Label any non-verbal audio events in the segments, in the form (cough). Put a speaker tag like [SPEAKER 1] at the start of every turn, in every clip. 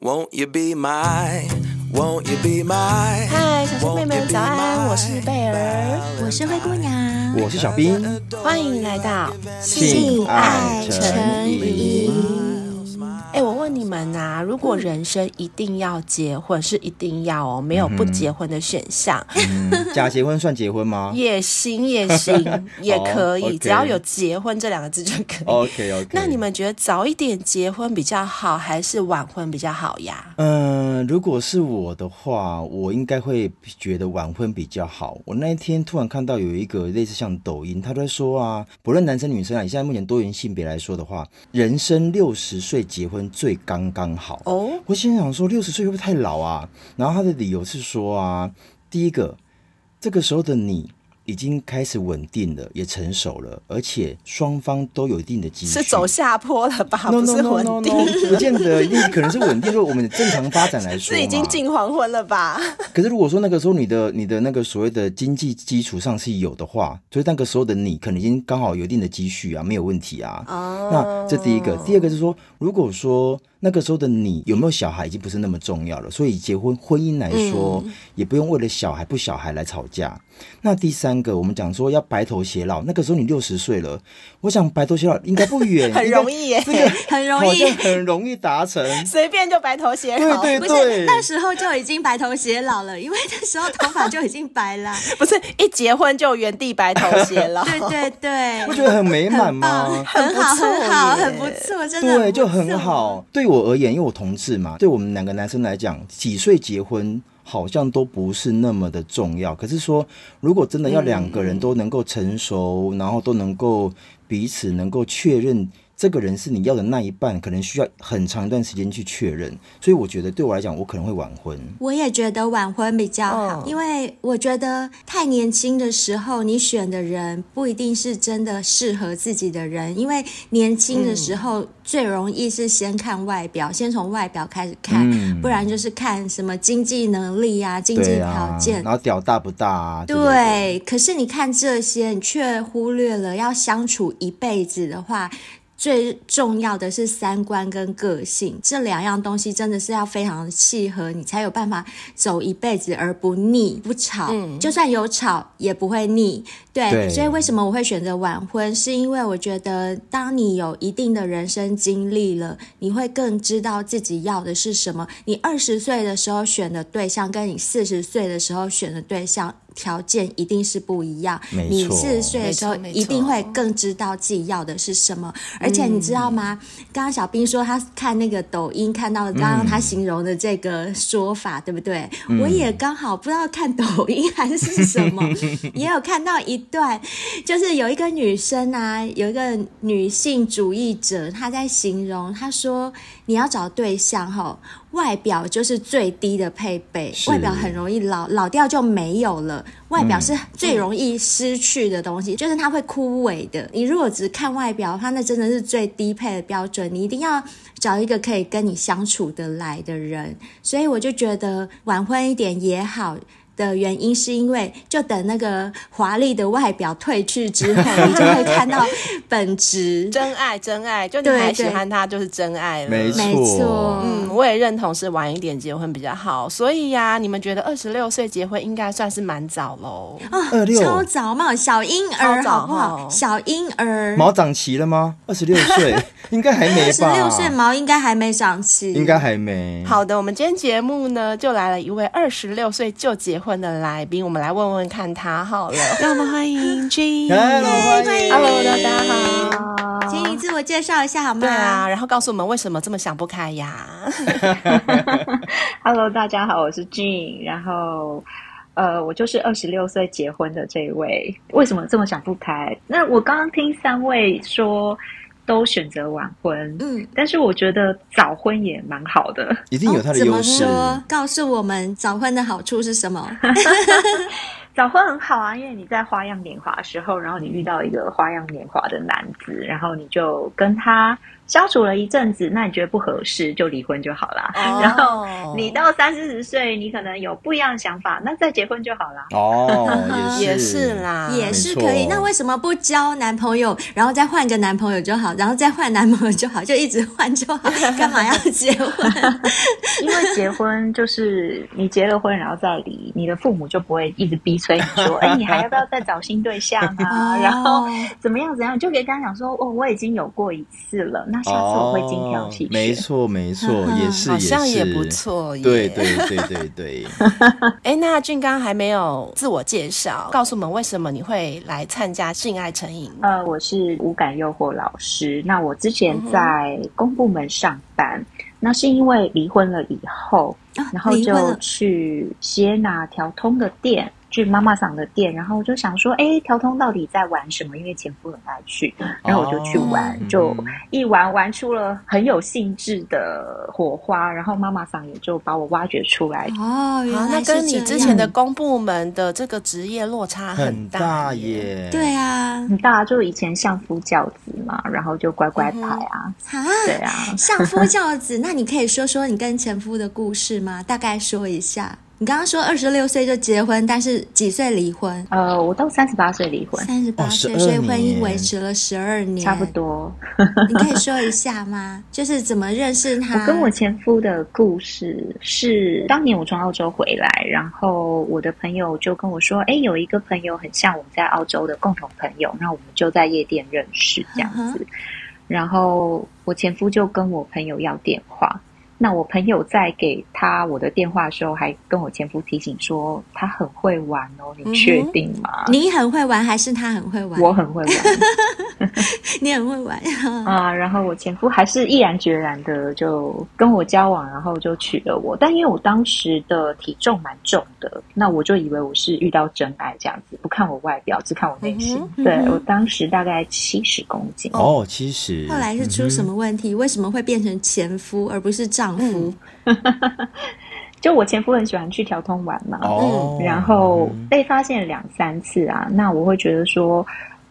[SPEAKER 1] Won't you be my? Won't you be my?
[SPEAKER 2] 嗨，小师妹们早安，我是贝儿，
[SPEAKER 3] 我是灰姑娘，
[SPEAKER 4] 我是小冰，
[SPEAKER 2] 欢迎来到。
[SPEAKER 4] 性爱成瘾。
[SPEAKER 2] 哎，我问你们呐、如
[SPEAKER 4] 嗯
[SPEAKER 2] 果人生一定要结婚，是一定要哦，没有不结婚的选项，
[SPEAKER 4] 嗯假结婚算结婚 (laughs) 吗
[SPEAKER 2] 也行也
[SPEAKER 4] (laughs)
[SPEAKER 2] 行，也可以，
[SPEAKER 4] OK
[SPEAKER 2] 只要有结婚这两个字就可以。
[SPEAKER 4] ？OK OK。
[SPEAKER 2] 那你们觉得早一点结婚比较好，还是晚婚比较好呀？
[SPEAKER 4] 嗯、如果是我的话，我应该会觉得晚婚比较好。我那一天突然看到有一个类似像抖音，他在说啊，不论男生女生啊，以现在目前多元性别来说的话，人生六十岁结婚最刚刚好。
[SPEAKER 2] 哦，
[SPEAKER 4] 我心想说，六十岁会不会太老啊？然后他的理由是说啊，第一个，这个时候的你已经开始稳定了，也成熟了，而且双方都有一定的积蓄。
[SPEAKER 2] 是走下坡了吧？
[SPEAKER 4] no
[SPEAKER 2] 不
[SPEAKER 4] no
[SPEAKER 2] 是
[SPEAKER 4] no
[SPEAKER 2] 稳
[SPEAKER 4] no
[SPEAKER 2] 定 (laughs)
[SPEAKER 4] no，不见得，一定可能是稳定。就是我们正常发展来说
[SPEAKER 2] (laughs) 是
[SPEAKER 4] 嘛，
[SPEAKER 2] 已经近黄昏了吧？
[SPEAKER 4] 可是如果说那个时候你的你的那个所谓的经济基础上是有的话，就是那个时候的你可能已经刚好有一定的积蓄啊，没有问题啊。
[SPEAKER 2] 哦
[SPEAKER 4] 那这第一个，第二个是说，如果说那个时候的你有没有小孩已经不是那么重要了，所以结婚婚姻来说、
[SPEAKER 3] 嗯
[SPEAKER 4] 也不用为了小孩不小孩来吵架。那第三个，我们讲说要白头偕老，那个时候你六十岁了，我想白头偕老应该不
[SPEAKER 3] (laughs)
[SPEAKER 4] 远，
[SPEAKER 2] 很
[SPEAKER 4] 应该
[SPEAKER 2] 容易耶
[SPEAKER 4] 这个
[SPEAKER 3] 很容
[SPEAKER 4] 好
[SPEAKER 3] 易
[SPEAKER 4] 像。很容易达成。
[SPEAKER 2] 随便就白头偕
[SPEAKER 4] 对
[SPEAKER 2] 老，
[SPEAKER 4] 对
[SPEAKER 3] 不
[SPEAKER 4] 对，
[SPEAKER 3] (laughs) 是那时候就已经白头偕老了，因为那时候头发就已经白
[SPEAKER 4] (laughs)
[SPEAKER 3] 了。
[SPEAKER 2] 不是一结婚就原地白头偕老。
[SPEAKER 3] 对对对，
[SPEAKER 4] (laughs)
[SPEAKER 3] 嗯
[SPEAKER 4] 不觉得很美满吗？
[SPEAKER 2] 很
[SPEAKER 3] 很好，
[SPEAKER 2] 不错
[SPEAKER 3] 很好，
[SPEAKER 2] 耶
[SPEAKER 3] 很不错，真的哦
[SPEAKER 4] 对，就
[SPEAKER 3] 不
[SPEAKER 4] 很
[SPEAKER 3] 错。
[SPEAKER 4] 好。对我而言，因为我同志嘛，对我们两个男生来讲，几岁结婚好像都不是那么的重要。可是说，如果真的要两个
[SPEAKER 3] 嗯
[SPEAKER 4] 人都能够成熟，然后都能够彼此能够确认这个人是你要的那一半，可能需要很长一段时间去确认。所以我觉得对我来讲，我可能会晚婚。
[SPEAKER 3] 我也觉得晚婚比较好，
[SPEAKER 2] 嗯
[SPEAKER 3] 因为我觉得太年轻的时候，你选的人不一定是真的适合自己的人，因为年轻的
[SPEAKER 4] 嗯
[SPEAKER 3] 时候最容易是先看外表，先从外表开始看，
[SPEAKER 4] 嗯
[SPEAKER 3] 不然就是看什么经济能力啊、经济
[SPEAKER 4] 对
[SPEAKER 3] 条
[SPEAKER 4] 啊，
[SPEAKER 3] 件
[SPEAKER 4] 然。后屌大不大啊？之类的，
[SPEAKER 3] 对，可是你看这些，你却忽略了要相处一辈子的话，最重要的是三观跟个性这两样东西，真的是要非常契合，你才有办法走一辈子而不腻不吵。就算有吵也不会腻。嗯对，
[SPEAKER 4] 对
[SPEAKER 3] 所以为什么我会选择晚婚，是因为我觉得当你有一定的人生经历了，你会更知道自己要的是什么。你二十岁的时候选的对象，跟你四十岁的时候选的对象。条件一定是不一样，
[SPEAKER 4] 没
[SPEAKER 3] 你
[SPEAKER 4] 错
[SPEAKER 3] 四十岁的时候
[SPEAKER 2] 没错没错
[SPEAKER 3] 一定会更知道自己要的是什么。而且你知道吗？
[SPEAKER 2] 嗯
[SPEAKER 3] 刚刚小兵说他看那个抖音看到了刚刚他形容的这个说法，对不对？
[SPEAKER 4] 嗯
[SPEAKER 3] 我也刚好不知道看抖音还是什
[SPEAKER 4] (laughs)
[SPEAKER 3] 么，也有看到一段， (laughs) 就是有一个女生啊，有一个女性主义者，她在形容，她说你要找对象吼，外表就是最低的配备，
[SPEAKER 4] 是
[SPEAKER 3] 外表很容易老老掉就没有了，外表是最容易失去的东西，就是它会枯萎的。你如果只看外表的话，那真的是最低配的标准，你一定要找一个可以跟你相处得来的人。所以我就觉得晚婚一点也好。的原因是因为，就等那个华丽的外表褪去之后，你就会看到本
[SPEAKER 2] (laughs)
[SPEAKER 3] 质。
[SPEAKER 2] 真爱，真爱，就你
[SPEAKER 3] 对
[SPEAKER 2] 还喜
[SPEAKER 3] 对
[SPEAKER 2] 欢他，就是真爱了。
[SPEAKER 4] 没
[SPEAKER 3] 没错
[SPEAKER 4] 错。
[SPEAKER 2] 嗯，我也认同是晚一点结婚比较好，所以呀、你们觉得二十六岁结婚应该算是蛮早喽？
[SPEAKER 3] 嗯
[SPEAKER 4] 二六
[SPEAKER 3] 啊超早嘛，小婴
[SPEAKER 2] 超
[SPEAKER 3] 儿
[SPEAKER 2] 早
[SPEAKER 3] 好不好？
[SPEAKER 2] 哦
[SPEAKER 3] 小婴儿，
[SPEAKER 4] 毛长齐了吗？二十六
[SPEAKER 3] (laughs)
[SPEAKER 4] 岁应该还没
[SPEAKER 3] 二十
[SPEAKER 4] 吧？
[SPEAKER 3] 六岁毛应该还没长齐，
[SPEAKER 4] 应该还没。
[SPEAKER 2] 好的，我们今天节目呢，就来了一位二十六岁就结婚的来宾，我们来问问看他好了。让哎我们欢迎 Jean。
[SPEAKER 4] Hello，欢哎哦迎
[SPEAKER 2] Hello，大家好。
[SPEAKER 3] 请你自我介绍一下好吗？
[SPEAKER 2] 对啊，然后告诉我们为什么这么想不开呀？
[SPEAKER 5] Hello，大家好，我是 Jean，然后呃，我就是二十六岁结婚的这一位，为什么这么想不开？那我刚刚听三位说都选择晚婚，
[SPEAKER 3] 嗯，
[SPEAKER 5] 但是我觉得早婚也蛮好的。
[SPEAKER 4] 一定有它
[SPEAKER 3] 哦
[SPEAKER 4] 的
[SPEAKER 3] 怎
[SPEAKER 4] 优
[SPEAKER 3] 么
[SPEAKER 4] 势。
[SPEAKER 3] 说？告诉我们早婚的好处是什么？
[SPEAKER 5] (laughs)
[SPEAKER 2] 啊
[SPEAKER 5] 早婚很好啊，因为你在花样年华的时候，然后你遇到一个花样年华的男子，然后你就跟他相处了一阵子，那你觉得不合适就离婚就好啦。 (laughs) 然后你到三四十岁，你可能有不一样的想法，那再结婚就好啦。
[SPEAKER 4] 哦，
[SPEAKER 2] 也是
[SPEAKER 4] 是。
[SPEAKER 2] 啦，
[SPEAKER 3] 也是可以。
[SPEAKER 4] 没错
[SPEAKER 3] 那为什么不交男朋友，然后再换个男朋友就好，然后再换男朋友就好，就一直换就好，干嘛要结
[SPEAKER 2] (laughs)
[SPEAKER 3] 婚？
[SPEAKER 5] 因为结婚就是你结了婚，然后再离，你的父母就不会一直逼催你说，哎，你还要不要再找新对象啊？然后怎么样怎么样，就可以跟他讲说，哦，我已经有过一次了，那下次我会精挑细选。
[SPEAKER 4] 哦没错没错，也是
[SPEAKER 2] 好像也
[SPEAKER 4] 也
[SPEAKER 2] 不
[SPEAKER 4] 是。
[SPEAKER 2] 错耶。
[SPEAKER 4] 对对对对对，
[SPEAKER 2] 哎，那俊刚还没有自我介绍，告诉我们为什么你会来参加性爱成瘾？
[SPEAKER 3] 哦
[SPEAKER 5] 呃，我是无感诱惑老师。那我之前在公部门上班，那是因为离婚了以后，
[SPEAKER 3] 啊
[SPEAKER 5] 然后
[SPEAKER 3] 离婚
[SPEAKER 5] 就
[SPEAKER 3] 了
[SPEAKER 5] 去谢娜调通的店，去妈妈桑的店，然后就想说，哎，调通到底在玩什么？因为前夫很爱去， (laughs) 然后我就去玩，
[SPEAKER 4] 哦
[SPEAKER 5] 就
[SPEAKER 4] 嗯
[SPEAKER 5] 一玩玩出了很有兴致的火花，然后妈妈桑也就把我挖掘出来。
[SPEAKER 3] 哦，原
[SPEAKER 2] 啊，那
[SPEAKER 3] 来是
[SPEAKER 2] 跟你
[SPEAKER 3] 这
[SPEAKER 2] 之
[SPEAKER 3] 样
[SPEAKER 2] 前的公部门的这个职业落差
[SPEAKER 4] 很
[SPEAKER 2] 大
[SPEAKER 4] 大。耶。
[SPEAKER 3] 对啊
[SPEAKER 5] 很大，就以前相夫教子嘛，然后就乖乖牌啊，
[SPEAKER 3] 啊，
[SPEAKER 5] 对啊，
[SPEAKER 3] 相夫教子。那你可以说说你跟前夫的故事吗？大概说一下。你刚刚说二十六岁就结婚，但是几岁离婚？
[SPEAKER 5] 呃，我到三十八岁离婚，
[SPEAKER 3] 三十八
[SPEAKER 4] 哦
[SPEAKER 3] 岁，
[SPEAKER 4] 12
[SPEAKER 3] 所以婚姻
[SPEAKER 4] 年
[SPEAKER 3] 维持了十二年，
[SPEAKER 5] 差不。多。
[SPEAKER 3] 你可以说一下吗？就是怎么认识他？
[SPEAKER 5] (laughs) 我跟我前夫的故事是，当年我从澳洲回来，然后我的朋友就跟我说，哎，有一个朋友很像我们在澳洲的共同朋友，那我们就在夜店认
[SPEAKER 2] 嗯
[SPEAKER 5] 识这样子。然后我前夫就跟我朋友要电话，那我朋友在给他我的电话的时候，还跟我前夫提醒说，他很会玩哦，你确
[SPEAKER 2] 嗯哼
[SPEAKER 5] 定吗？
[SPEAKER 3] 你很会玩还是他很会玩？
[SPEAKER 5] 我很会玩，
[SPEAKER 3] 你很会玩，
[SPEAKER 5] 啊，然后我前夫还是毅然决然的就跟我交往，然后就娶了我。但因为我当时的体重蛮重的，那我就以为我是遇到真爱这样子，不看我外表，只看我内心。
[SPEAKER 3] 嗯哼
[SPEAKER 5] 对
[SPEAKER 3] 嗯哼
[SPEAKER 5] 我当时大概七十公斤，
[SPEAKER 4] 哦，其实
[SPEAKER 3] 后来是出什？么问题？为什么会变成前夫而不是丈夫？
[SPEAKER 5] 嗯就我前夫很喜欢去调通玩嘛，
[SPEAKER 4] 嗯哼哦，
[SPEAKER 5] 然后被发现两三次啊，那我会觉得说。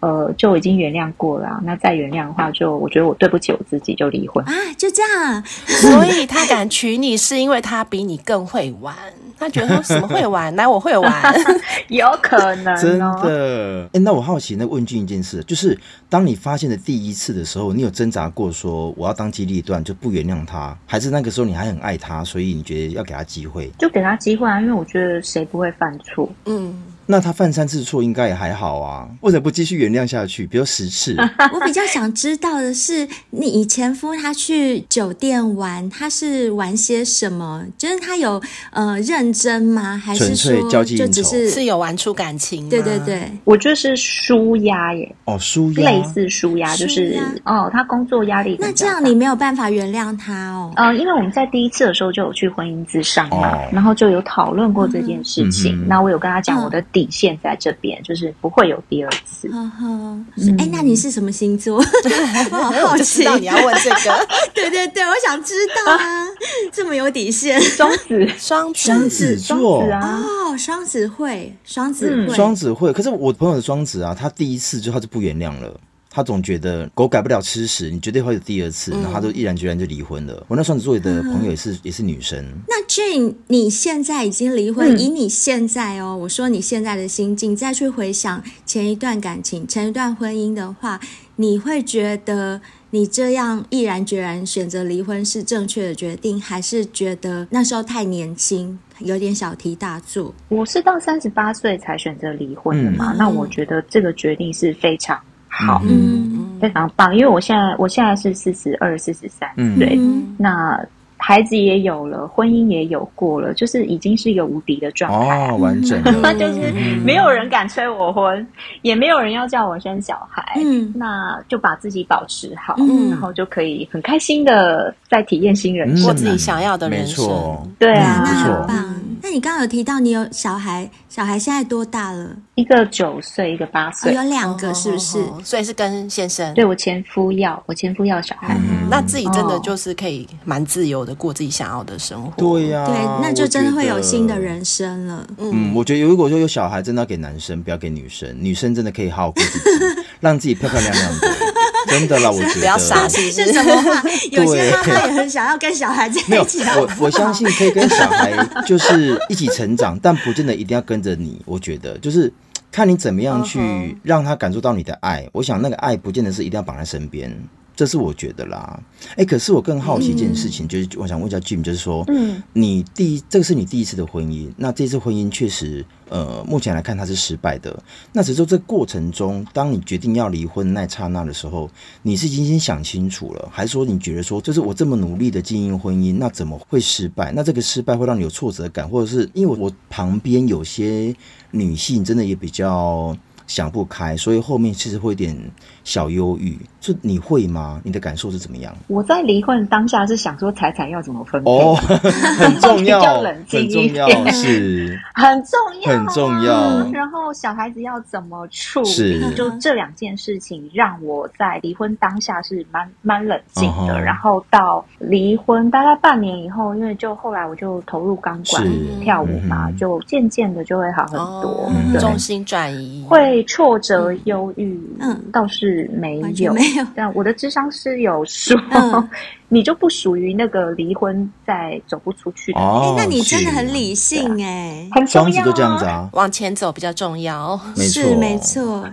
[SPEAKER 5] 呃，就已经原谅过了啊、那再原谅的话就，我觉得我对不起我自己，就离婚。
[SPEAKER 3] 啊，就这样，
[SPEAKER 2] 所以他敢娶你，是因为他比你更会玩。他觉得说什么会玩，来我会玩。
[SPEAKER 3] (laughs)
[SPEAKER 5] 有可能、哦，
[SPEAKER 4] 真的，哎、那我好奇，那问俊一件事，就是当你发现的第一次的时候，你有挣扎过说我要当机立断就不原谅他，还是那个时候你还很爱他，所以你觉得要给他机会？
[SPEAKER 5] 就给他机会啊，因为我觉得谁不会犯错，
[SPEAKER 2] 嗯，
[SPEAKER 4] 那他犯三次错应该也还好啊，为什么不继续原谅下去？比如十
[SPEAKER 5] (laughs)
[SPEAKER 4] 次，
[SPEAKER 3] 我比较想知道的是，你以前夫他去酒店玩，他是玩些什么？就是他有呃认真吗？还是
[SPEAKER 4] 纯粹
[SPEAKER 3] 说
[SPEAKER 4] 交际
[SPEAKER 3] 就
[SPEAKER 4] 应
[SPEAKER 3] 只
[SPEAKER 4] 酬
[SPEAKER 3] 是
[SPEAKER 2] 是有玩出感情吗。
[SPEAKER 3] 对对对，
[SPEAKER 5] 我觉得是舒压耶，
[SPEAKER 4] 哦，舒压，
[SPEAKER 5] 类似舒压，就
[SPEAKER 3] 舒
[SPEAKER 5] 是
[SPEAKER 3] 压
[SPEAKER 5] 哦，他工作压力。
[SPEAKER 3] 那这样你。没有办法原谅他哦。
[SPEAKER 5] 呃，因为我们在第一次的时候就有去婚姻咨商嘛，
[SPEAKER 4] 哦
[SPEAKER 5] 然后就有讨论过这件事情。
[SPEAKER 4] 嗯嗯
[SPEAKER 5] 那我有跟他
[SPEAKER 3] 嗯
[SPEAKER 5] 讲
[SPEAKER 3] 啊
[SPEAKER 5] 我的底线在这边，就是不会有第二次。
[SPEAKER 3] 呵呵，嗯哎、那你是什么星座？ (laughs) 我好好
[SPEAKER 2] 嗯哦我就
[SPEAKER 3] 奇
[SPEAKER 2] 知。道你要问这
[SPEAKER 3] (laughs)
[SPEAKER 2] 个
[SPEAKER 3] 对对对，我想知道啊，这么有底线 (laughs)
[SPEAKER 5] 双子，
[SPEAKER 2] 双
[SPEAKER 4] 双
[SPEAKER 2] 子
[SPEAKER 4] 子
[SPEAKER 5] 双
[SPEAKER 4] 座
[SPEAKER 5] 子。啊，
[SPEAKER 3] 哦。双子会，双子
[SPEAKER 5] 嗯
[SPEAKER 3] 会，
[SPEAKER 4] 双子会，可是我朋友的双子啊，他第一次就他就不原谅了。他总觉得狗改不了吃屎，你绝对会有第二次，
[SPEAKER 5] 嗯
[SPEAKER 4] 然后他就毅然决然就离婚了。我那双子座的朋友也是、也是女生，
[SPEAKER 3] 那 Jane，你现在已经离婚，
[SPEAKER 5] 嗯
[SPEAKER 3] 以你现在哦，我说你现在的心境，再去回想前一段感情、前一段婚姻的话，你会觉得你这样毅然决然选择离婚是正确的决定，还是觉得那时候太年轻，有点小题大做？
[SPEAKER 5] 我是到三十八岁才选择离婚的嘛。
[SPEAKER 3] 嗯
[SPEAKER 5] 那我觉得这个决定是非常好、
[SPEAKER 3] 嗯
[SPEAKER 5] 非常棒，因为我现在我现在是四十二、四十三
[SPEAKER 4] 嗯
[SPEAKER 5] 岁，
[SPEAKER 3] 嗯
[SPEAKER 5] 那孩子也有了，婚姻也有过了，就是已经是一个无敌的状态。
[SPEAKER 4] 哦，完整
[SPEAKER 5] (laughs)
[SPEAKER 4] 的，
[SPEAKER 5] 那就是没有人敢催我婚，也没有人要叫我生小孩，
[SPEAKER 3] 嗯
[SPEAKER 5] 那就把自己保持好，
[SPEAKER 3] 嗯
[SPEAKER 5] 然后就可以很开心的再体验新人
[SPEAKER 4] 嗯
[SPEAKER 5] 生。
[SPEAKER 2] 过自己想要的人
[SPEAKER 4] 没
[SPEAKER 2] 生。
[SPEAKER 4] 错，
[SPEAKER 5] 对
[SPEAKER 4] 嗯
[SPEAKER 5] 啊，
[SPEAKER 4] 不
[SPEAKER 3] 那
[SPEAKER 4] 错
[SPEAKER 3] 很棒。那你刚刚有提到你有小孩，小孩现在多大了？
[SPEAKER 5] 一个九岁，一个八
[SPEAKER 3] 哦、
[SPEAKER 5] 岁。
[SPEAKER 4] 哎
[SPEAKER 3] 有两个是不是？
[SPEAKER 2] 哦哦哦所以是跟先生。
[SPEAKER 5] 对我前夫要，我前夫要小
[SPEAKER 3] 嗯
[SPEAKER 5] 孩。
[SPEAKER 4] 嗯
[SPEAKER 2] 那自己真的
[SPEAKER 5] 哦
[SPEAKER 2] 就是可以蛮自由的过自己想要的生活。
[SPEAKER 4] 对啊呀、
[SPEAKER 3] 对，那就真的会有新的
[SPEAKER 4] 人。
[SPEAKER 3] 人生了。
[SPEAKER 4] 嗯，我觉得如果说有小孩，真的要给男生，不要给女生。女生真的可以好好过自
[SPEAKER 2] (laughs)
[SPEAKER 4] 己，让自己漂漂亮亮的。真的啦，我觉得
[SPEAKER 2] 不要傻是不
[SPEAKER 3] 是什么话？有些妈妈
[SPEAKER 4] (laughs) 对
[SPEAKER 3] 也很想要跟小孩在
[SPEAKER 4] 没有
[SPEAKER 3] 一起，啊好不
[SPEAKER 4] 我
[SPEAKER 3] 好
[SPEAKER 4] 我相信可以跟小孩就是一起成长，但不见得一定要跟着你。我觉得就是看你怎么样去让他感受到你的爱。我想那个爱不见得是一定要绑在身边，这是我觉得啦。哎、可是我更好奇一件事情，就是我想问一下 Jim，就是说，嗯，你第一这个是你第一次的婚姻，那这次婚姻确实，呃，目前来看它是失败的。那只是说这过程中，当你决定要离婚那一刹那的时候，你是已经先想清楚了，还是说你觉得说，就是我这么努力的经营婚姻，那怎么会失败？那这个失败会让你有挫折感，或者是因为我旁边有些女性真的也比较想不开，所以后面其实会有点小忧郁。就你会吗？你的感受是怎么样？
[SPEAKER 5] 我在离婚当下是想说财产要怎么分配， (laughs)
[SPEAKER 4] 哦，很重
[SPEAKER 5] 比
[SPEAKER 4] 要，
[SPEAKER 5] 较冷静
[SPEAKER 4] 很重
[SPEAKER 5] 一
[SPEAKER 4] 要，
[SPEAKER 5] 点
[SPEAKER 4] 是
[SPEAKER 5] 很重要啊、
[SPEAKER 4] 很重要
[SPEAKER 5] 然后小孩子要怎么处
[SPEAKER 4] 是
[SPEAKER 5] 理，就这两件事情让我在离婚当下是蛮蛮冷静的。
[SPEAKER 4] 嗯哼
[SPEAKER 5] 然后到离婚大概半年以后，因为就后来我就投入钢管
[SPEAKER 4] 是
[SPEAKER 5] 跳舞嘛，
[SPEAKER 4] 嗯哼
[SPEAKER 5] 就渐渐的就会好很多。
[SPEAKER 2] 哦
[SPEAKER 4] 嗯，
[SPEAKER 5] 对
[SPEAKER 2] 重心转移
[SPEAKER 5] 会挫折、忧郁，
[SPEAKER 3] 嗯
[SPEAKER 5] 倒是没
[SPEAKER 3] 完全
[SPEAKER 5] 有。
[SPEAKER 3] 没有
[SPEAKER 5] 但我的智商师有说，
[SPEAKER 3] 嗯
[SPEAKER 5] (laughs) 你就不属于那个离婚再走不出去的，
[SPEAKER 4] 哦
[SPEAKER 3] (laughs) 哎，那你真的很
[SPEAKER 4] 是
[SPEAKER 3] 理性哎、
[SPEAKER 5] 很
[SPEAKER 4] 双
[SPEAKER 5] 重
[SPEAKER 4] 子
[SPEAKER 5] 要、啊。
[SPEAKER 4] 都这样子啊，
[SPEAKER 2] 往前走比较重要。
[SPEAKER 3] 哦
[SPEAKER 4] 没错，
[SPEAKER 3] 是没。
[SPEAKER 4] (laughs)
[SPEAKER 3] 错。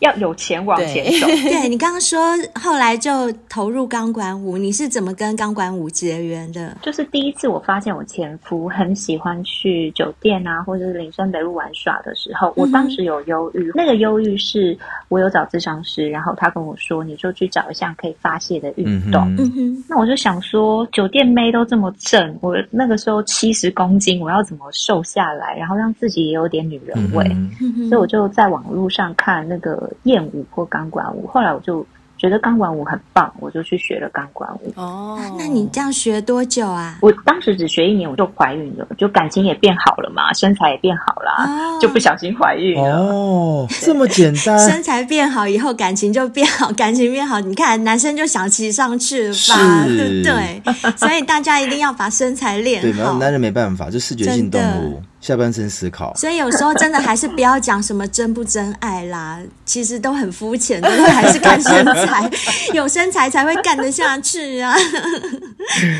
[SPEAKER 5] 要有钱往前走。
[SPEAKER 3] 对你刚刚说后来就投入钢管舞，你是怎么跟钢管舞结缘的？
[SPEAKER 5] 就是第一次我发现我前夫很喜欢去酒店啊，或者是林森北路玩耍的时候，我当时有忧郁，那个忧郁是我有找咨商师，然后他跟我说，你就去找一项可以发泄的
[SPEAKER 4] 嗯
[SPEAKER 5] 运动。
[SPEAKER 4] 哼，
[SPEAKER 3] 嗯哼，
[SPEAKER 5] 那我就想说，酒店妹都这么正，我那个时候七十公斤，我要怎么瘦下来，然后让自己也有点女人味？
[SPEAKER 4] 嗯
[SPEAKER 3] 嗯哼
[SPEAKER 5] 所以我就在网络上看那个艳舞或钢管舞，后来我就觉得钢管舞很棒，我就去学了钢管舞。
[SPEAKER 2] 哦，
[SPEAKER 3] 啊那你这样学多久啊？
[SPEAKER 5] 我当时只学一年，我就怀孕了，就感情也变好了嘛，身材也变好啦，
[SPEAKER 3] 哦
[SPEAKER 5] 就不小心怀孕了。
[SPEAKER 4] 哦，这么简单
[SPEAKER 5] (laughs)
[SPEAKER 3] 身，材变好以后，感情就变好， (laughs) 感情变好，你看男生就想骑上去了吧，
[SPEAKER 4] 是
[SPEAKER 3] 对不对？所以大家一定要把身材练
[SPEAKER 4] 对，没有
[SPEAKER 3] 好。
[SPEAKER 4] 男人没办法，就视觉性动物，下半身思考。
[SPEAKER 3] 所以有时候真的还是不要讲什么真不真爱啦， (laughs) 其实都很肤浅，真的还是看身材，有身材才会干得下
[SPEAKER 2] (laughs)
[SPEAKER 3] 去啊。